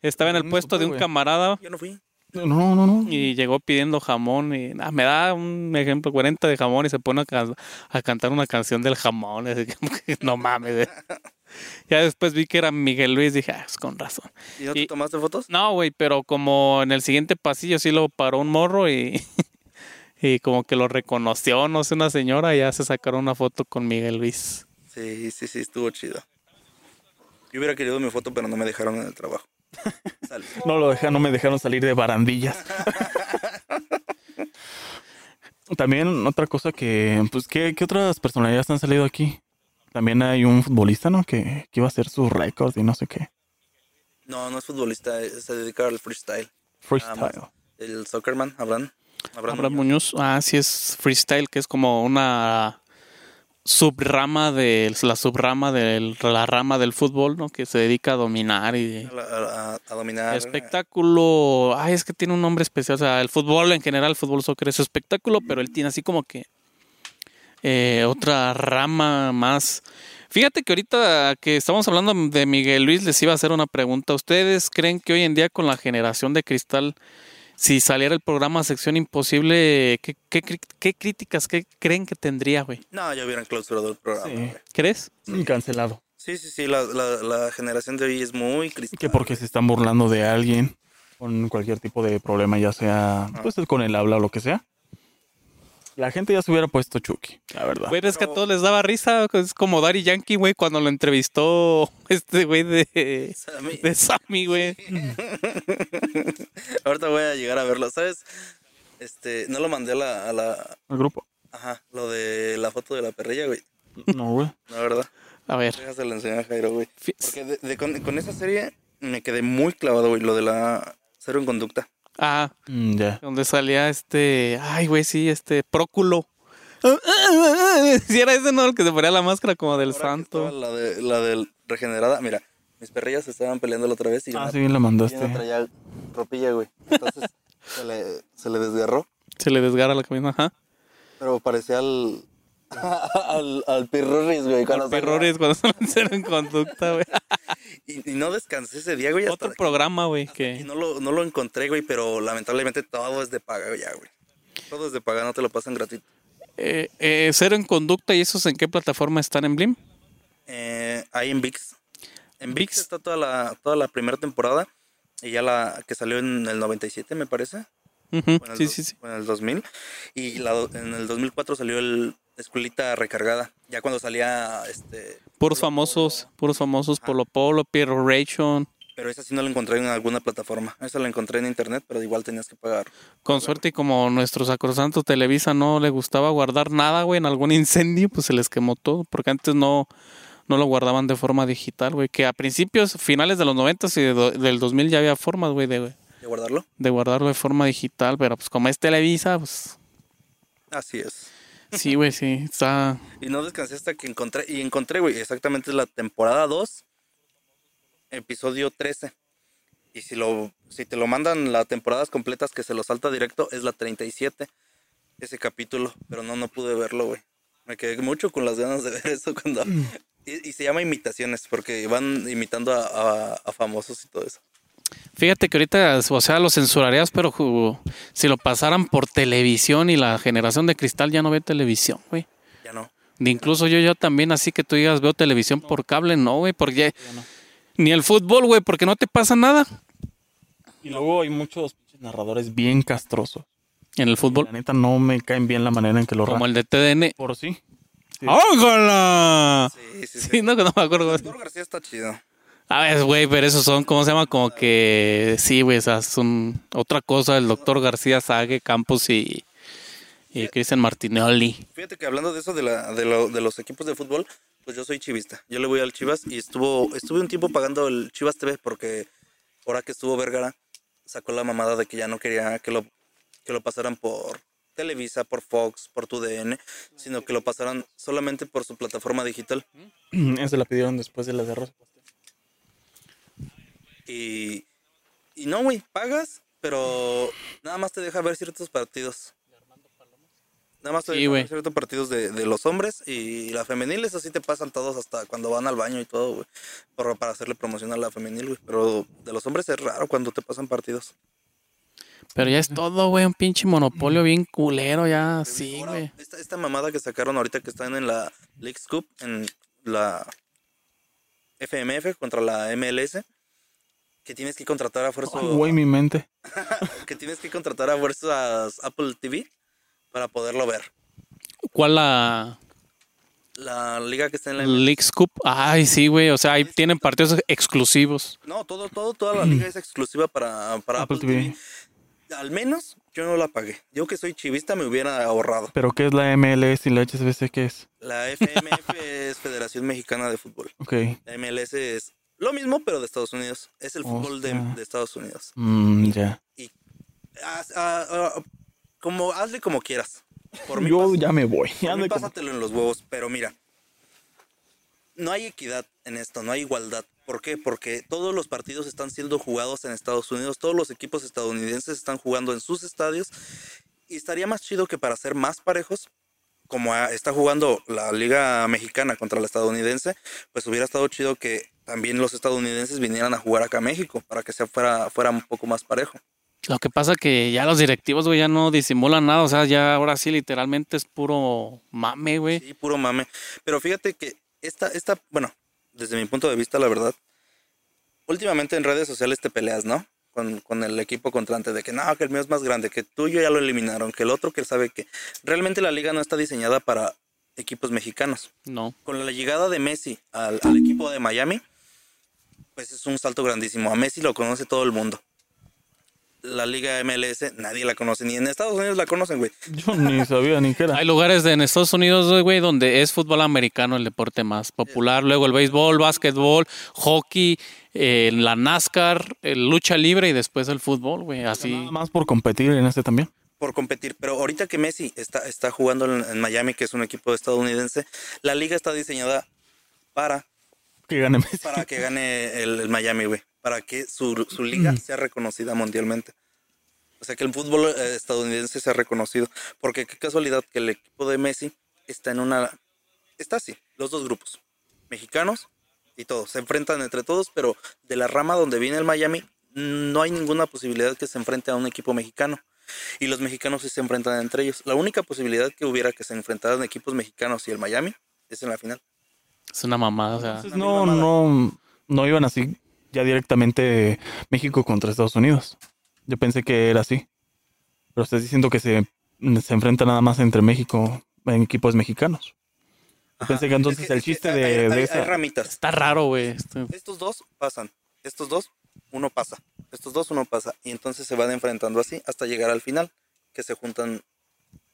Estaba en el
No
puesto
supe,
de un
güey.
camarada
Yo no fui.
No, no, no. no.
y llegó pidiendo jamón. Y "Ah, me da un ejemplo 40 de jamón y se pone a, ca- a cantar una canción del jamón. así como que, no mames, güey. Ya después vi que era Miguel Luis. Dije, ah, pues con razón.
¿Y no te
Y-
tomaste fotos?
No, güey, pero como en el siguiente pasillo sí lo paró un morro y, y como que lo reconoció, no sé, una señora, y ya se sacaron una foto con Miguel Luis.
Sí, sí, sí, estuvo chido. Yo hubiera querido mi foto, pero no me dejaron en el trabajo. Sale.
No lo deja, no me dejaron salir de barandillas. También otra cosa que, pues, ¿qué, qué otras personalidades han salido aquí? También hay un futbolista, ¿no? Que, que iba a hacer su récord y no sé qué.
No, no es futbolista, eh, se dedica al freestyle.
Freestyle.
El soccerman, Abraham. Abraham,
Abraham
Muñoz.
Muñoz, ah, sí es freestyle, que es como una subrama de la subrama de la rama del fútbol, ¿no? Que se dedica a dominar y
A, la- a- a dominar.
espectáculo. Ay, es que tiene un nombre especial. O sea, el fútbol en general, el fútbol soccer es espectáculo, pero él tiene así como que eh, otra rama más. Fíjate que ahorita que estamos hablando de Miguel Luis, les iba a hacer una pregunta. ¿Ustedes creen que hoy en día con la generación de cristal, si saliera el programa Sección Imposible, qué, qué cri- qué críticas qué creen que tendría, güey?
No, ya hubieran clausurado el programa.
Sí.
güey.
¿Crees?
Cancelado.
Sí, sí, sí, la, la- la generación de hoy es muy cristal.
Que porque se están burlando de alguien con cualquier tipo de problema, ya sea pues con el habla o lo que sea. La gente ya se hubiera puesto Chucky, la
Ah,
verdad.
Güey, es que a todos les daba risa. Es como Daddy Yankee, güey, cuando lo entrevistó este güey de,
O sea, a mí-
de Sammy, güey.
Ahorita voy a llegar a verlo, ¿sabes? Este, no lo mandé a la, a la-
El grupo.
Ajá, lo de la foto de la perrilla, güey.
No, güey.
La verdad.
A ver.
Déjase la enseñar a Jairo, güey.
fi-
Porque de- de- con, con esa serie me quedé muy clavado, güey, lo de la cero en conducta.
Ah,
Mm, ya.
donde salía este. Ay, güey, sí, este. Próculo. Si era ese, ¿no? El que se ponía la máscara como del
Ahora que estaba
santo.
La, de, la del regenerada, mira, mis perrillas se estaban peleando la otra vez y yo
Ah,
me-
sí, la
yo me
mandaste.
traía ropilla, güey. Entonces se, le, se le desgarró,
Se le desgarra la camisa. Ajá.
pero parecía al. al, al pirruris, güey. cuando salió.
Errores cuando se lanzaron en conducta, güey.
Y, y no descansé ese día, güey. Hasta,
Otro eh. programa, güey,
Y
que.
no lo, no lo encontré, güey, pero lamentablemente todo es de paga ya, güey. Todo es de paga, no te lo pasan gratuito.
eh, eh, Cero en conducta, ¿y esos en qué plataforma están en Blim?
Eh, ahí en VIX. En VIX
ViX.
está toda la, toda la primera temporada y ya la que salió en el 97, me parece.
Ujú,
o en el
Sí,
dos-
sí, sí.
o En el 2000. Y la do- en el 2004 salió el Escuelita Recargada. Ya cuando salía, este... Polo
Puros famosos,
Polo.
puros famosos, Polo Polo, Pierro Ration.
Pero esa sí no la encontré en alguna plataforma. Esa la encontré en internet, pero igual tenías que pagar.
Con suerte, y como nuestro sacrosanto Televisa no le gustaba guardar nada, güey, en algún incendio, pues se les quemó todo, porque antes no, no lo guardaban de forma digital, güey, que a principios, finales de los 90 y de do- del 2000 ya había formas, güey, de,
¿De guardarlo?
de guardarlo de forma digital, pero pues como es Televisa, pues
Así es.
sí, güey, sí, está...
Y no descansé hasta que encontré. Y encontré, güey, exactamente la temporada 2, episodio 13. Y si, lo, si te lo mandan las temporadas completas que se lo salta directo, es la 37, ese capítulo. Pero no, no pude verlo, güey. Me quedé mucho con las ganas de ver eso cuando... Y, y se llama imitaciones, porque van imitando a, a- a famosos y todo eso.
Fíjate que ahorita, o sea, lo censurarías, pero ju- si lo pasaran por televisión y la generación de cristal ya no ve televisión, güey.
Ya no.
De Incluso yo, yo también, así que tú digas, veo televisión por cable, no, güey, porque ya- ni el fútbol, güey, porque no te pasa nada
Y luego hay muchos pinches narradores bien castrosos.
en el fútbol,
La neta no me caen bien la manera en que lo
como
narran.
el de TDN.
Por sí. Sí.
¡Ógala!
Sí, sí, sí.
Sí, no, no me acuerdo.
Arturo García está chido.
A ver, güey, pero esos son, ¿cómo se llama? Como que, sí, güey, esas son otra cosa, el doctor García Sague, Campos y, y Cristian Martinelli.
Fíjate que hablando de eso de, la, de, lo- de los equipos de fútbol, pues yo soy chivista. Yo le voy al Chivas y estuvo estuve un tiempo pagando el Chivas TV porque ahora que estuvo Vergara sacó la mamada de que ya no quería que lo que lo pasaran por Televisa, por Fox, por TUDN, sino que lo pasaran solamente por su plataforma digital.
Esa la pidieron después de las de Rosa.
Y, y no, güey, pagas, pero nada más te deja ver ciertos partidos. Nada más te
Sí,
deja
güey.
ver ciertos partidos de, de los hombres y las femeniles, así te pasan todos hasta cuando van al baño y todo, güey. Por- Para hacerle promoción a la femenil, güey. Pero de los hombres es raro cuando te pasan partidos.
Pero ya es todo, güey, un pinche monopolio bien culero, ya, Ah, sí,
Ahora,
güey.
Esta, esta mamada que sacaron ahorita que están en la League Cup, en la FMF contra la MLS, que tienes que contratar a fuerza.
Güey, mi mente.
que tienes que contratar a fuerzas Apple TV para poderlo ver.
¿Cuál la,
La liga que está en la
Leagues Cup. Ay, sí, güey. O sea, ahí tienen partidos exclusivos.
No, todo, todo, toda la liga es exclusiva para, para
Apple
Apple
TV.
TV. Al menos yo no la pagué. Yo que soy chivista me hubiera ahorrado.
¿Pero qué es la MLS y la HSBC? ¿Qué es?
La FMF es Federación Mexicana de Fútbol.
Ok.
La MLS es lo mismo, pero de Estados Unidos. Es el fútbol de,
Hostia.
de Estados Unidos.
Mm, ya.
Haz- ah, ah, como, hazle como quieras. Por mí,
Yo
pas-
ya me voy.
por mí
Ande como-
pásatelo en los huevos, pero mira. No hay equidad en esto, no hay igualdad. ¿Por qué? Porque todos los partidos están siendo jugados en Estados Unidos, todos los equipos estadounidenses están jugando en sus estadios y estaría más chido que para ser más parejos, como ah, está jugando la liga mexicana contra la estadounidense, pues hubiera estado chido que también los estadounidenses vinieran a jugar acá a México para que sea fuera, fuera un poco más parejo.
Lo que pasa que ya los directivos, güey, ya no disimulan nada. O sea, ya ahora sí literalmente es puro mame, güey.
Sí, puro mame. Pero fíjate que esta, esta, bueno, desde mi punto de vista, la verdad, últimamente en redes sociales te peleas, ¿no? Con, con el equipo contraante de que no, que el mío es más grande, que tuyo ya lo eliminaron, que el otro que sabe que realmente la liga no está diseñada para equipos mexicanos.
No.
Con la llegada de Messi al, al equipo de Miami, pues es un salto grandísimo. A Messi lo conoce todo el mundo. La liga MLS nadie la conoce, ni en Estados Unidos la conocen, güey.
Yo ni sabía ni qué era.
Hay lugares de- en Estados Unidos, güey, donde es fútbol americano el deporte más popular. Luego el béisbol, básquetbol, hockey, eh, la NASCAR, eh, lucha libre y después el fútbol, güey. Así.
Nada más por competir en este también.
por competir. Pero ahorita que Messi está, está jugando en, en Miami, que es un equipo estadounidense, la liga está diseñada para,
Que gane Messi.
para que gane el, el Miami, güey. Para que su, su liga sea reconocida mundialmente. O sea, que el fútbol eh, estadounidense sea reconocido. Porque qué casualidad que el equipo de Messi está en una... Está así, los dos grupos. Mexicanos y todos. Se enfrentan entre todos, pero de la rama donde viene el Miami, no hay ninguna posibilidad que se enfrente a un equipo mexicano y los mexicanos sí se enfrentan entre ellos. La única posibilidad que hubiera que se enfrentaran equipos mexicanos y el Miami es en la final.
Es una mamada. O sea.
Entonces,
la
no,
misma
no, no iban así ya directamente México contra Estados Unidos. Yo pensé que era así. Pero estás diciendo que se, se enfrenta nada más entre México en equipos mexicanos. Yo pensé que entonces
Es que-
el
es que
chiste
hay-
de,
hay-
de
hay-
esa-
hay ramitas.
Está raro, güey. Este-
Estos dos pasan, estos dos, uno pasa, estos dos, uno pasa, y entonces se van enfrentando así hasta llegar al final, que se juntan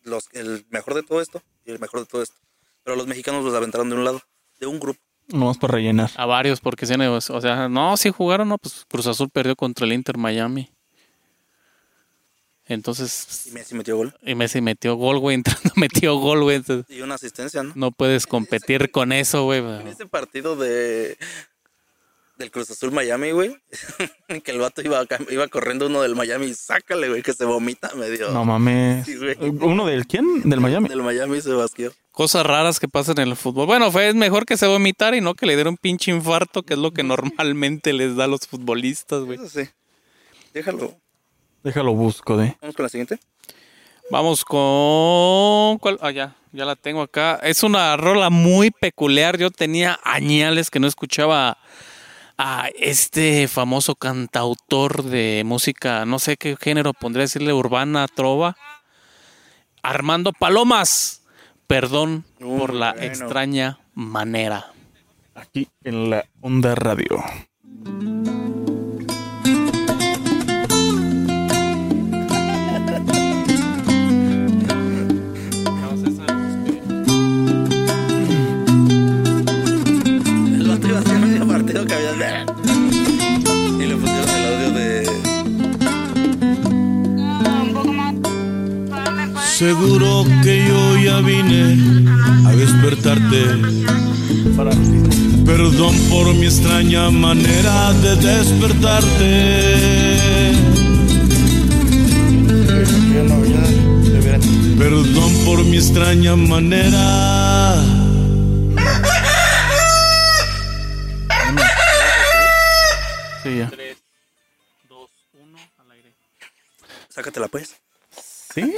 los, el mejor de todo esto y el mejor de todo esto. Pero los mexicanos los aventaron de un lado, de un grupo.
nomás para rellenar.
A varios, porque sí, o sea, no, si jugaron, no, pues Cruz Azul perdió contra el Inter Miami.
Y
Entonces,
Messi metió gol.
y Messi metió gol, güey, entrando, metió gol, güey. entonces,
Y una asistencia, ¿no?
no puedes competir con eso, güey.
En ese partido de del Cruz Azul Miami, güey, que el vato iba, acá- iba corriendo uno del Miami y sácale, güey, que se vomita medio.
No mames.
Sí, güey.
¿Uno del quién? Del Miami.
Del Miami se basqueó.
Cosas raras que pasan en el fútbol. Bueno, fue es mejor que se vomitara y no que le diera un pinche infarto, que es lo que normalmente les da a los futbolistas, güey.
Eso sí. Déjalo.
Déjalo busco, de.
Vamos con la siguiente.
Vamos con. ¿Cuál? Ah, ya, ya la tengo acá. Es una rola muy peculiar. Yo tenía añales que no escuchaba a este famoso cantautor de música, no sé qué género pondría decirle, urbana, trova. Armando Palomas. Perdón
Uh,
por la
bueno.
extraña manera.
Aquí en la Onda Radio.
El vato iba a hacer medio partido que había- Y le pusieron el audio de.
Seguro que yo ya vine a despertarte. Perdón por mi extraña manera de despertarte. Perdón por mi extraña manera.
Sí, ya.
Sácatela, pues.
Sí.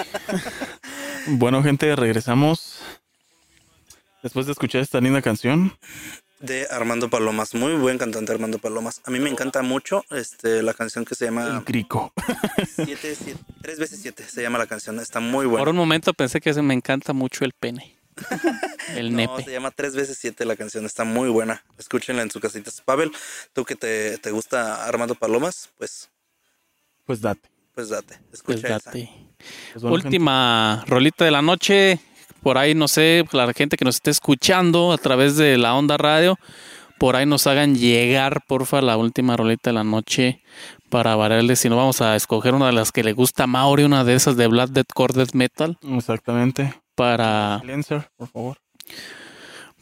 bueno, gente, regresamos. Después de escuchar esta linda canción.
De Armando Palomas. Muy buen cantante, Armando Palomas. A mí me encanta mucho este, la canción que se
El
llama
crico.
7, 7, 3 veces 7. Se llama la canción. Está muy buena.
Por un momento pensé que se me encanta mucho el pene. El
No,
nepe.
se llama Tres veces siete la canción, está muy buena. Escúchenla en su casita. Pavel, tú que te, te gusta Armando Palomas, pues,
Pues date.
pues date,
Pues
escucha esa.
date.
Pues bueno,
Última rolita de la noche. Por ahí, no sé, la gente que nos esté escuchando a través de la onda radio, por ahí nos hagan llegar, porfa, la última rolita de la noche para variarle. Si no, vamos a escoger una de las que le gusta a Mauri, una de esas de Black Dead Core Death Metal,
gente. Exactamente.
para,
Silencer, por favor.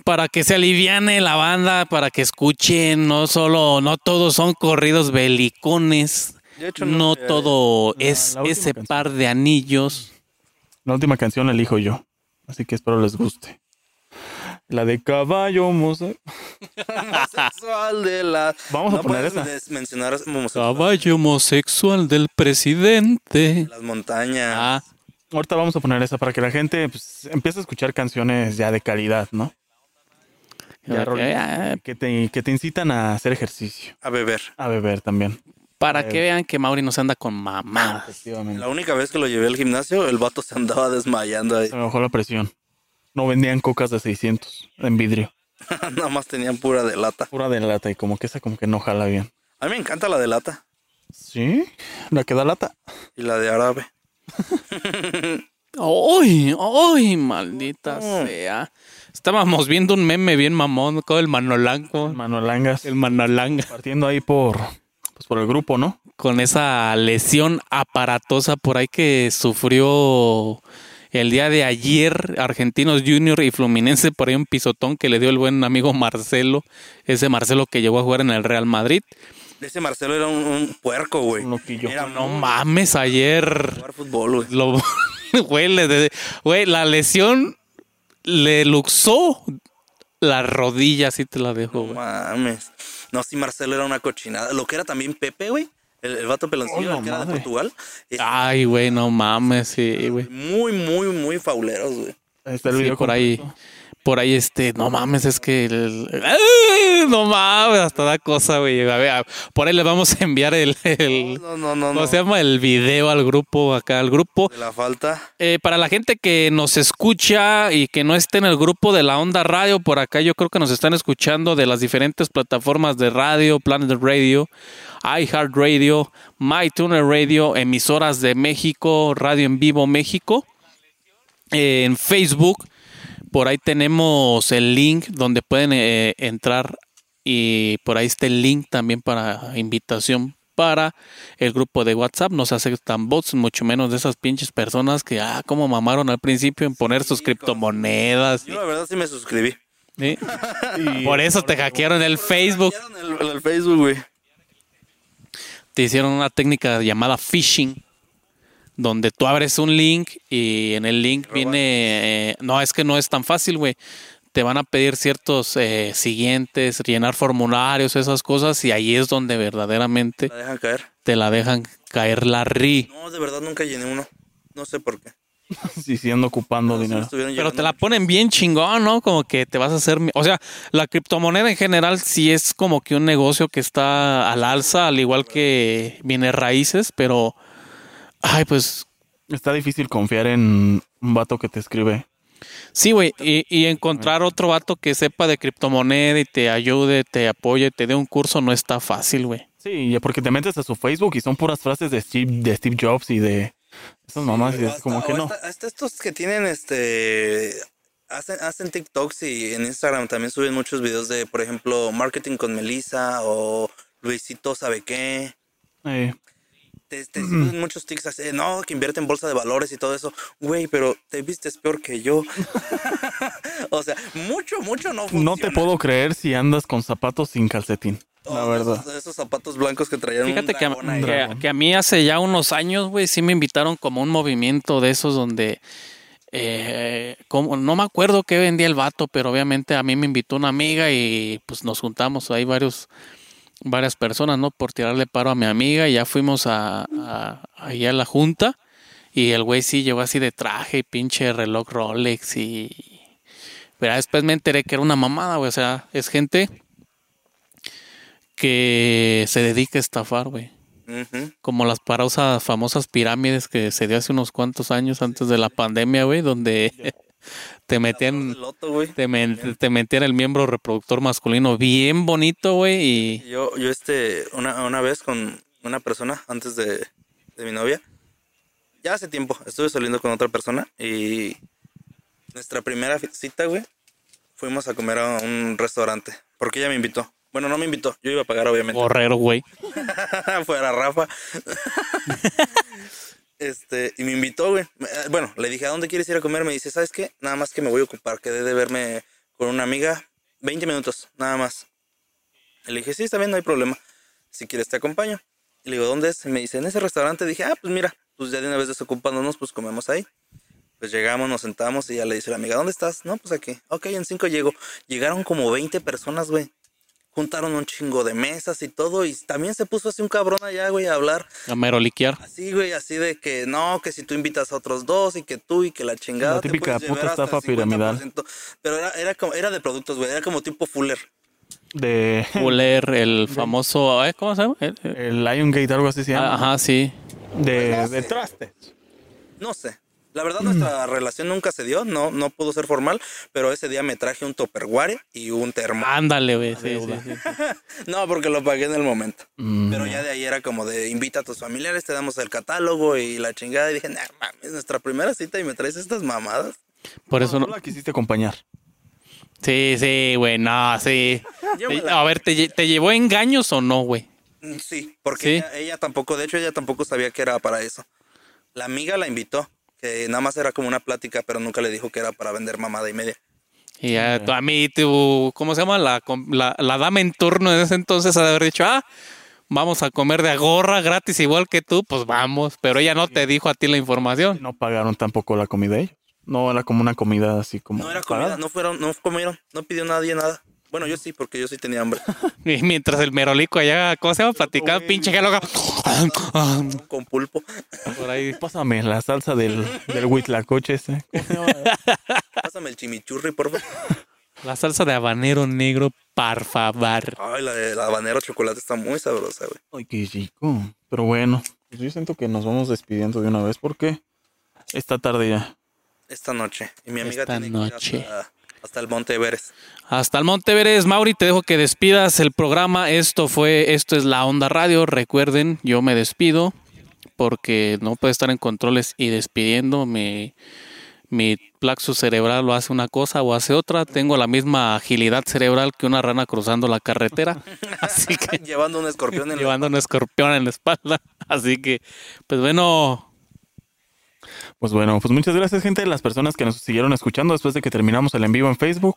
para que se aliviane la banda, para que escuchen. No solo, no todos son corridos belicones,
De hecho,
no
eh,
todo
la-
es
la última
ese
canción.
par de anillos.
La última canción la elijo yo. Así que espero les guste. La de caballo homose-
Sexual de la...
Vamos a
no
poner
puedes
esa.
des- mencionar homosexual.
Caballo homosexual del presidente.
Las montañas.
Ah,
Ahorita vamos a poner esa para que la gente pues, empiece a escuchar canciones ya de calidad, ¿no? Ya, Rol.
ah,
Que te, que te incitan a hacer ejercicio,
A beber.
a beber también.
para que vean que Mauri nos anda con mamadas.
Efectivamente.
La única vez que lo llevé al gimnasio, el vato se andaba desmayando ahí.
Se me bajó la presión. No vendían cocas de 600 en vidrio.
Nada más tenían pura de lata.
Pura de lata y como que esa como que no jala bien.
A mí me encanta la de lata
¿Sí? ¿La que da lata?
y la de árabe.
¡Ay! ¡Ay! Maldita sea. Estábamos viendo un meme bien mamón con el manolanco.
Manolangas.
El manolanga.
Partiendo ahí por, pues, por el grupo, ¿no?
Con esa lesión aparatosa por ahí que sufrió el día de ayer. Argentinos Junior y Fluminense por ahí un pisotón que le dio el buen amigo Marcelo. Ese Marcelo que llegó a jugar en el Real Madrid.
Ese Marcelo era un, un puerco, güey.
Un loquillo.
Era
No
muy
mames, ayer.
jugar fútbol, güey.
Lo, güey, le de- güey, la lesión le luxó la rodilla, así te la dejo,
No
güey.
mames. No, sí, Marcelo era una cochinada. Lo que era también Pepe, güey. El, el vato peloncillo,
Oh,
Hola,
el que era de
madre.
Portugal. es
Ay, güey, no mames, sí, güey.
Muy, muy, muy fauleros, güey.
Ahí está el
Sí,
video.
por ahí,
completo.
por ahí, este, no mames, es que. el- ¡Ay! no mames, hasta da cosa, güey. A ver, a- por ahí le vamos a enviar el. el
No, no, no, no.
¿Cómo se llama? El video al grupo, acá al grupo.
De la falta.
Eh, para la gente que nos escucha y que no esté en el grupo de la Onda Radio, por acá yo creo que nos están escuchando de las diferentes plataformas de radio, Planet Radio, iHeartRadio, MyTuner Radio, emisoras de México, Radio en Vivo México, eh, en Facebook. Por ahí tenemos el link donde pueden eh, entrar y por ahí está el link también para invitación para el grupo de WhatsApp. No se aceptan bots, mucho menos de esas pinches personas que, ah, como mamaron al principio en poner sus criptomonedas.
Yo, la verdad, sí me suscribí.
¿sí? Por eso te hackearon el Facebook.
Cambiaron El, el Facebook, güey.
Te hicieron una técnica llamada phishing. Donde tú abres un link y en el link viene... eh, no, es que no es tan fácil, güey. Te van a pedir ciertos eh, siguientes, llenar formularios, esas cosas, y ahí es donde verdaderamente
La dejan caer.
te la dejan caer la RI.
No, de verdad, nunca llené uno. No sé por qué.
Sí, Ah, sí, ando ocupando
No, sí me
dinero.
estuvieron
Pero
llegando
te la ponen bien chingón, ¿no? Como que te vas a hacer... mi- O sea, la criptomoneda en general sí es como que un negocio que está al alza, al igual que bienes raíces, pero... Ay, pues
Está difícil confiar en un vato que te escribe.
sí, güey. Y, y encontrar otro vato que sepa de criptomoneda y te ayude, te apoye, te dé un curso, no está fácil, güey.
Sí, ya porque te metes a su Facebook y son puras frases de Steve, de Steve Jobs y de esas mamás y
O
es
hasta-
como que
o
no.
Hasta, hasta estos que tienen este. Hacen, hacen TikToks y en Instagram también suben muchos videos de, por ejemplo, marketing con Melissa o Luisito sabe qué.
Eh,
Te, te suben muchos tics así, de, no, que invierte en bolsa de valores y todo eso. Güey, pero te vistes peor que yo. o sea, mucho, mucho no funciona.
no te puedo creer si andas con zapatos sin calcetín. La
Todos
verdad.
Esos, esos zapatos blancos que traían un
Fíjate que a,
dragón ahí.
que-
dragón.
que a mí hace ya unos años, güey, sí me invitaron como a un movimiento de esos donde... eh, como, no me acuerdo qué vendía el vato, pero obviamente a mí me invitó una amiga y pues nos juntamos ahí varios, varias personas, ¿no? Por tirarle paro a mi amiga y ya fuimos a, a, ahí a la junta y el güey sí llegó así de traje y pinche reloj Rolex y... Pero después me enteré que era una mamada, güey, o sea, es gente que se dedica a estafar, güey
Ujú.
como las parausas famosas pirámides que se dio hace unos cuantos años antes de la pandemia, güey, donde Te metían,
El loto, güey.
te, men- te metían el miembro reproductor masculino bien bonito, güey. Y
Yo, yo este, una, una vez con una persona antes de, de mi novia, ya hace tiempo, estuve saliendo con otra persona y nuestra primera fi- cita, güey, fuimos a comer a un restaurante, porque ella me invitó. Bueno, no me invitó, yo iba a pagar, obviamente.
borrero, güey.
Fuera Rafa. este, y me invitó, güey. Me- eh, Bueno, le dije, ¿a dónde quieres ir a comer? Me dice, ¿sabes qué? Nada más que me voy a ocupar. Quedé de verme con una amiga 20 minutos, nada más. Y le dije, sí, está bien, no hay problema. Si quieres, te acompaño. Y le digo, ¿dónde es? Y me dice, en ese restaurante. Dije, ah, pues mira, pues ya de una vez desocupándonos, pues comemos ahí. Pues llegamos, nos sentamos y ya le dice la amiga, ¿dónde estás? No, pues aquí. Ok, en cinco llego. Llegaron como 20 personas, güey juntaron un chingo de mesas y todo, y también se puso así un cabrón allá, güey, a hablar.
A mero liquear.
Así, güey, así de que no, que si tú invitas a otros dos y que tú y que la chingada.
La
te
típica
puedes llevar
puta
hasta el
estafa piramidal.
50%. Pero era, era, como, era de productos, güey, era como tipo Fuller.
De
Fuller, el famoso. ¿eh? ¿Cómo se llama? El- el-
el Lion Gate, algo así se llama.
ah, ajá, sí.
De, de trastes.
No sé. La
Mm.
verdad, nuestra relación nunca se dio, no, no pudo ser formal, pero ese día me traje un Tupperware y un termo.
Ah.
Ándale, güey. Sí, sí, sí.
No, porque lo pagué en el momento.
Mm.
Pero ya de ahí era como de invita a tus familiares, te damos el catálogo y la chingada. Y dije, no mames, nuestra primera cita y me traes estas mamadas.
Por
No,
eso
no
no.
la quisiste acompañar.
Sí, sí, güey. No, sí.
Yo me
Te-
la-
A ver, ¿te, lle- te llevó engaños o no, güey?
Mm, Sí, porque
Sí.
Ella, ella tampoco, de hecho, ella tampoco sabía que era para eso. La amiga la invitó, que nada más era como una plática, pero nunca le dijo que era para vender mamada y media.
Y a, a mí, tu, ¿cómo se llama? La, com- la, la dama en turno en ese entonces ha de haber dicho, ah, vamos a comer de agorra gratis igual que tú, pues vamos. Pero ella no te dijo a ti la información.
No pagaron tampoco la comida ellos. No era como una comida así como.
No era comida,
pagada.
no fueron, no comieron, no pidió nadie nada. Bueno, yo sí, porque yo sí tenía hambre.
Y mientras el merolico allá, ¿cómo se llama? Platicaba, pinche que loca.
Con pulpo.
Por ahí.
Pásame la salsa del, del huitlacoche ese.
Pásame el chimichurri, por favor.
La salsa de habanero negro, por favor.
Ay, la de la habanero chocolate está muy sabrosa, güey.
Ay, qué rico. Pero bueno, pues yo siento que nos vamos despidiendo de una vez porque esta tarde ya.
Esta noche. Y mi amiga
Esta
tiene que ir
noche.
hasta, hasta el Monte Everest.
Hasta el Monte Everest, Mauri, te dejo que despidas el programa. Esto fue, esto es la Onda Radio. Recuerden, yo me despido porque no puedo estar en controles y despidiendo. Mi, mi plaxo cerebral lo hace una cosa o hace otra. Tengo la misma agilidad cerebral que una rana cruzando la carretera. Así que
Llevando un escorpión en la-
llevando un escorpión en la espalda. Así que, pues bueno,
Pues bueno, pues muchas gracias, gente, las personas que nos siguieron escuchando después de que terminamos el en vivo en Facebook.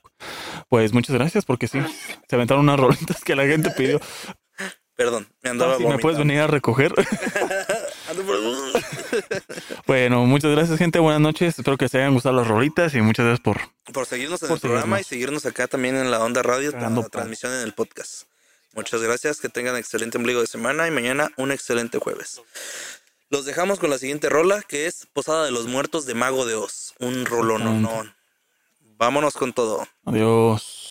Pues muchas gracias porque sí, se aventaron unas rolitas que la gente pidió.
Perdón, me andaba
Ah, Si me
vomitando.
puedes
Ah,
venir a recoger.
Ando por-
Bueno, muchas gracias, gente. Buenas noches. Espero que les hayan gustado las rolitas y muchas gracias por
por seguirnos en
Por
el programa
seguirnos.
y seguirnos acá también en la Onda Radio, la
Cagando pan.
transmisión en el podcast. Muchas gracias, que tengan excelente ombligo de semana y mañana un excelente jueves. Los dejamos con la siguiente rola, que es Posada de los Muertos de Mago de Oz. Un rolón. Vámonos con todo.
Adiós.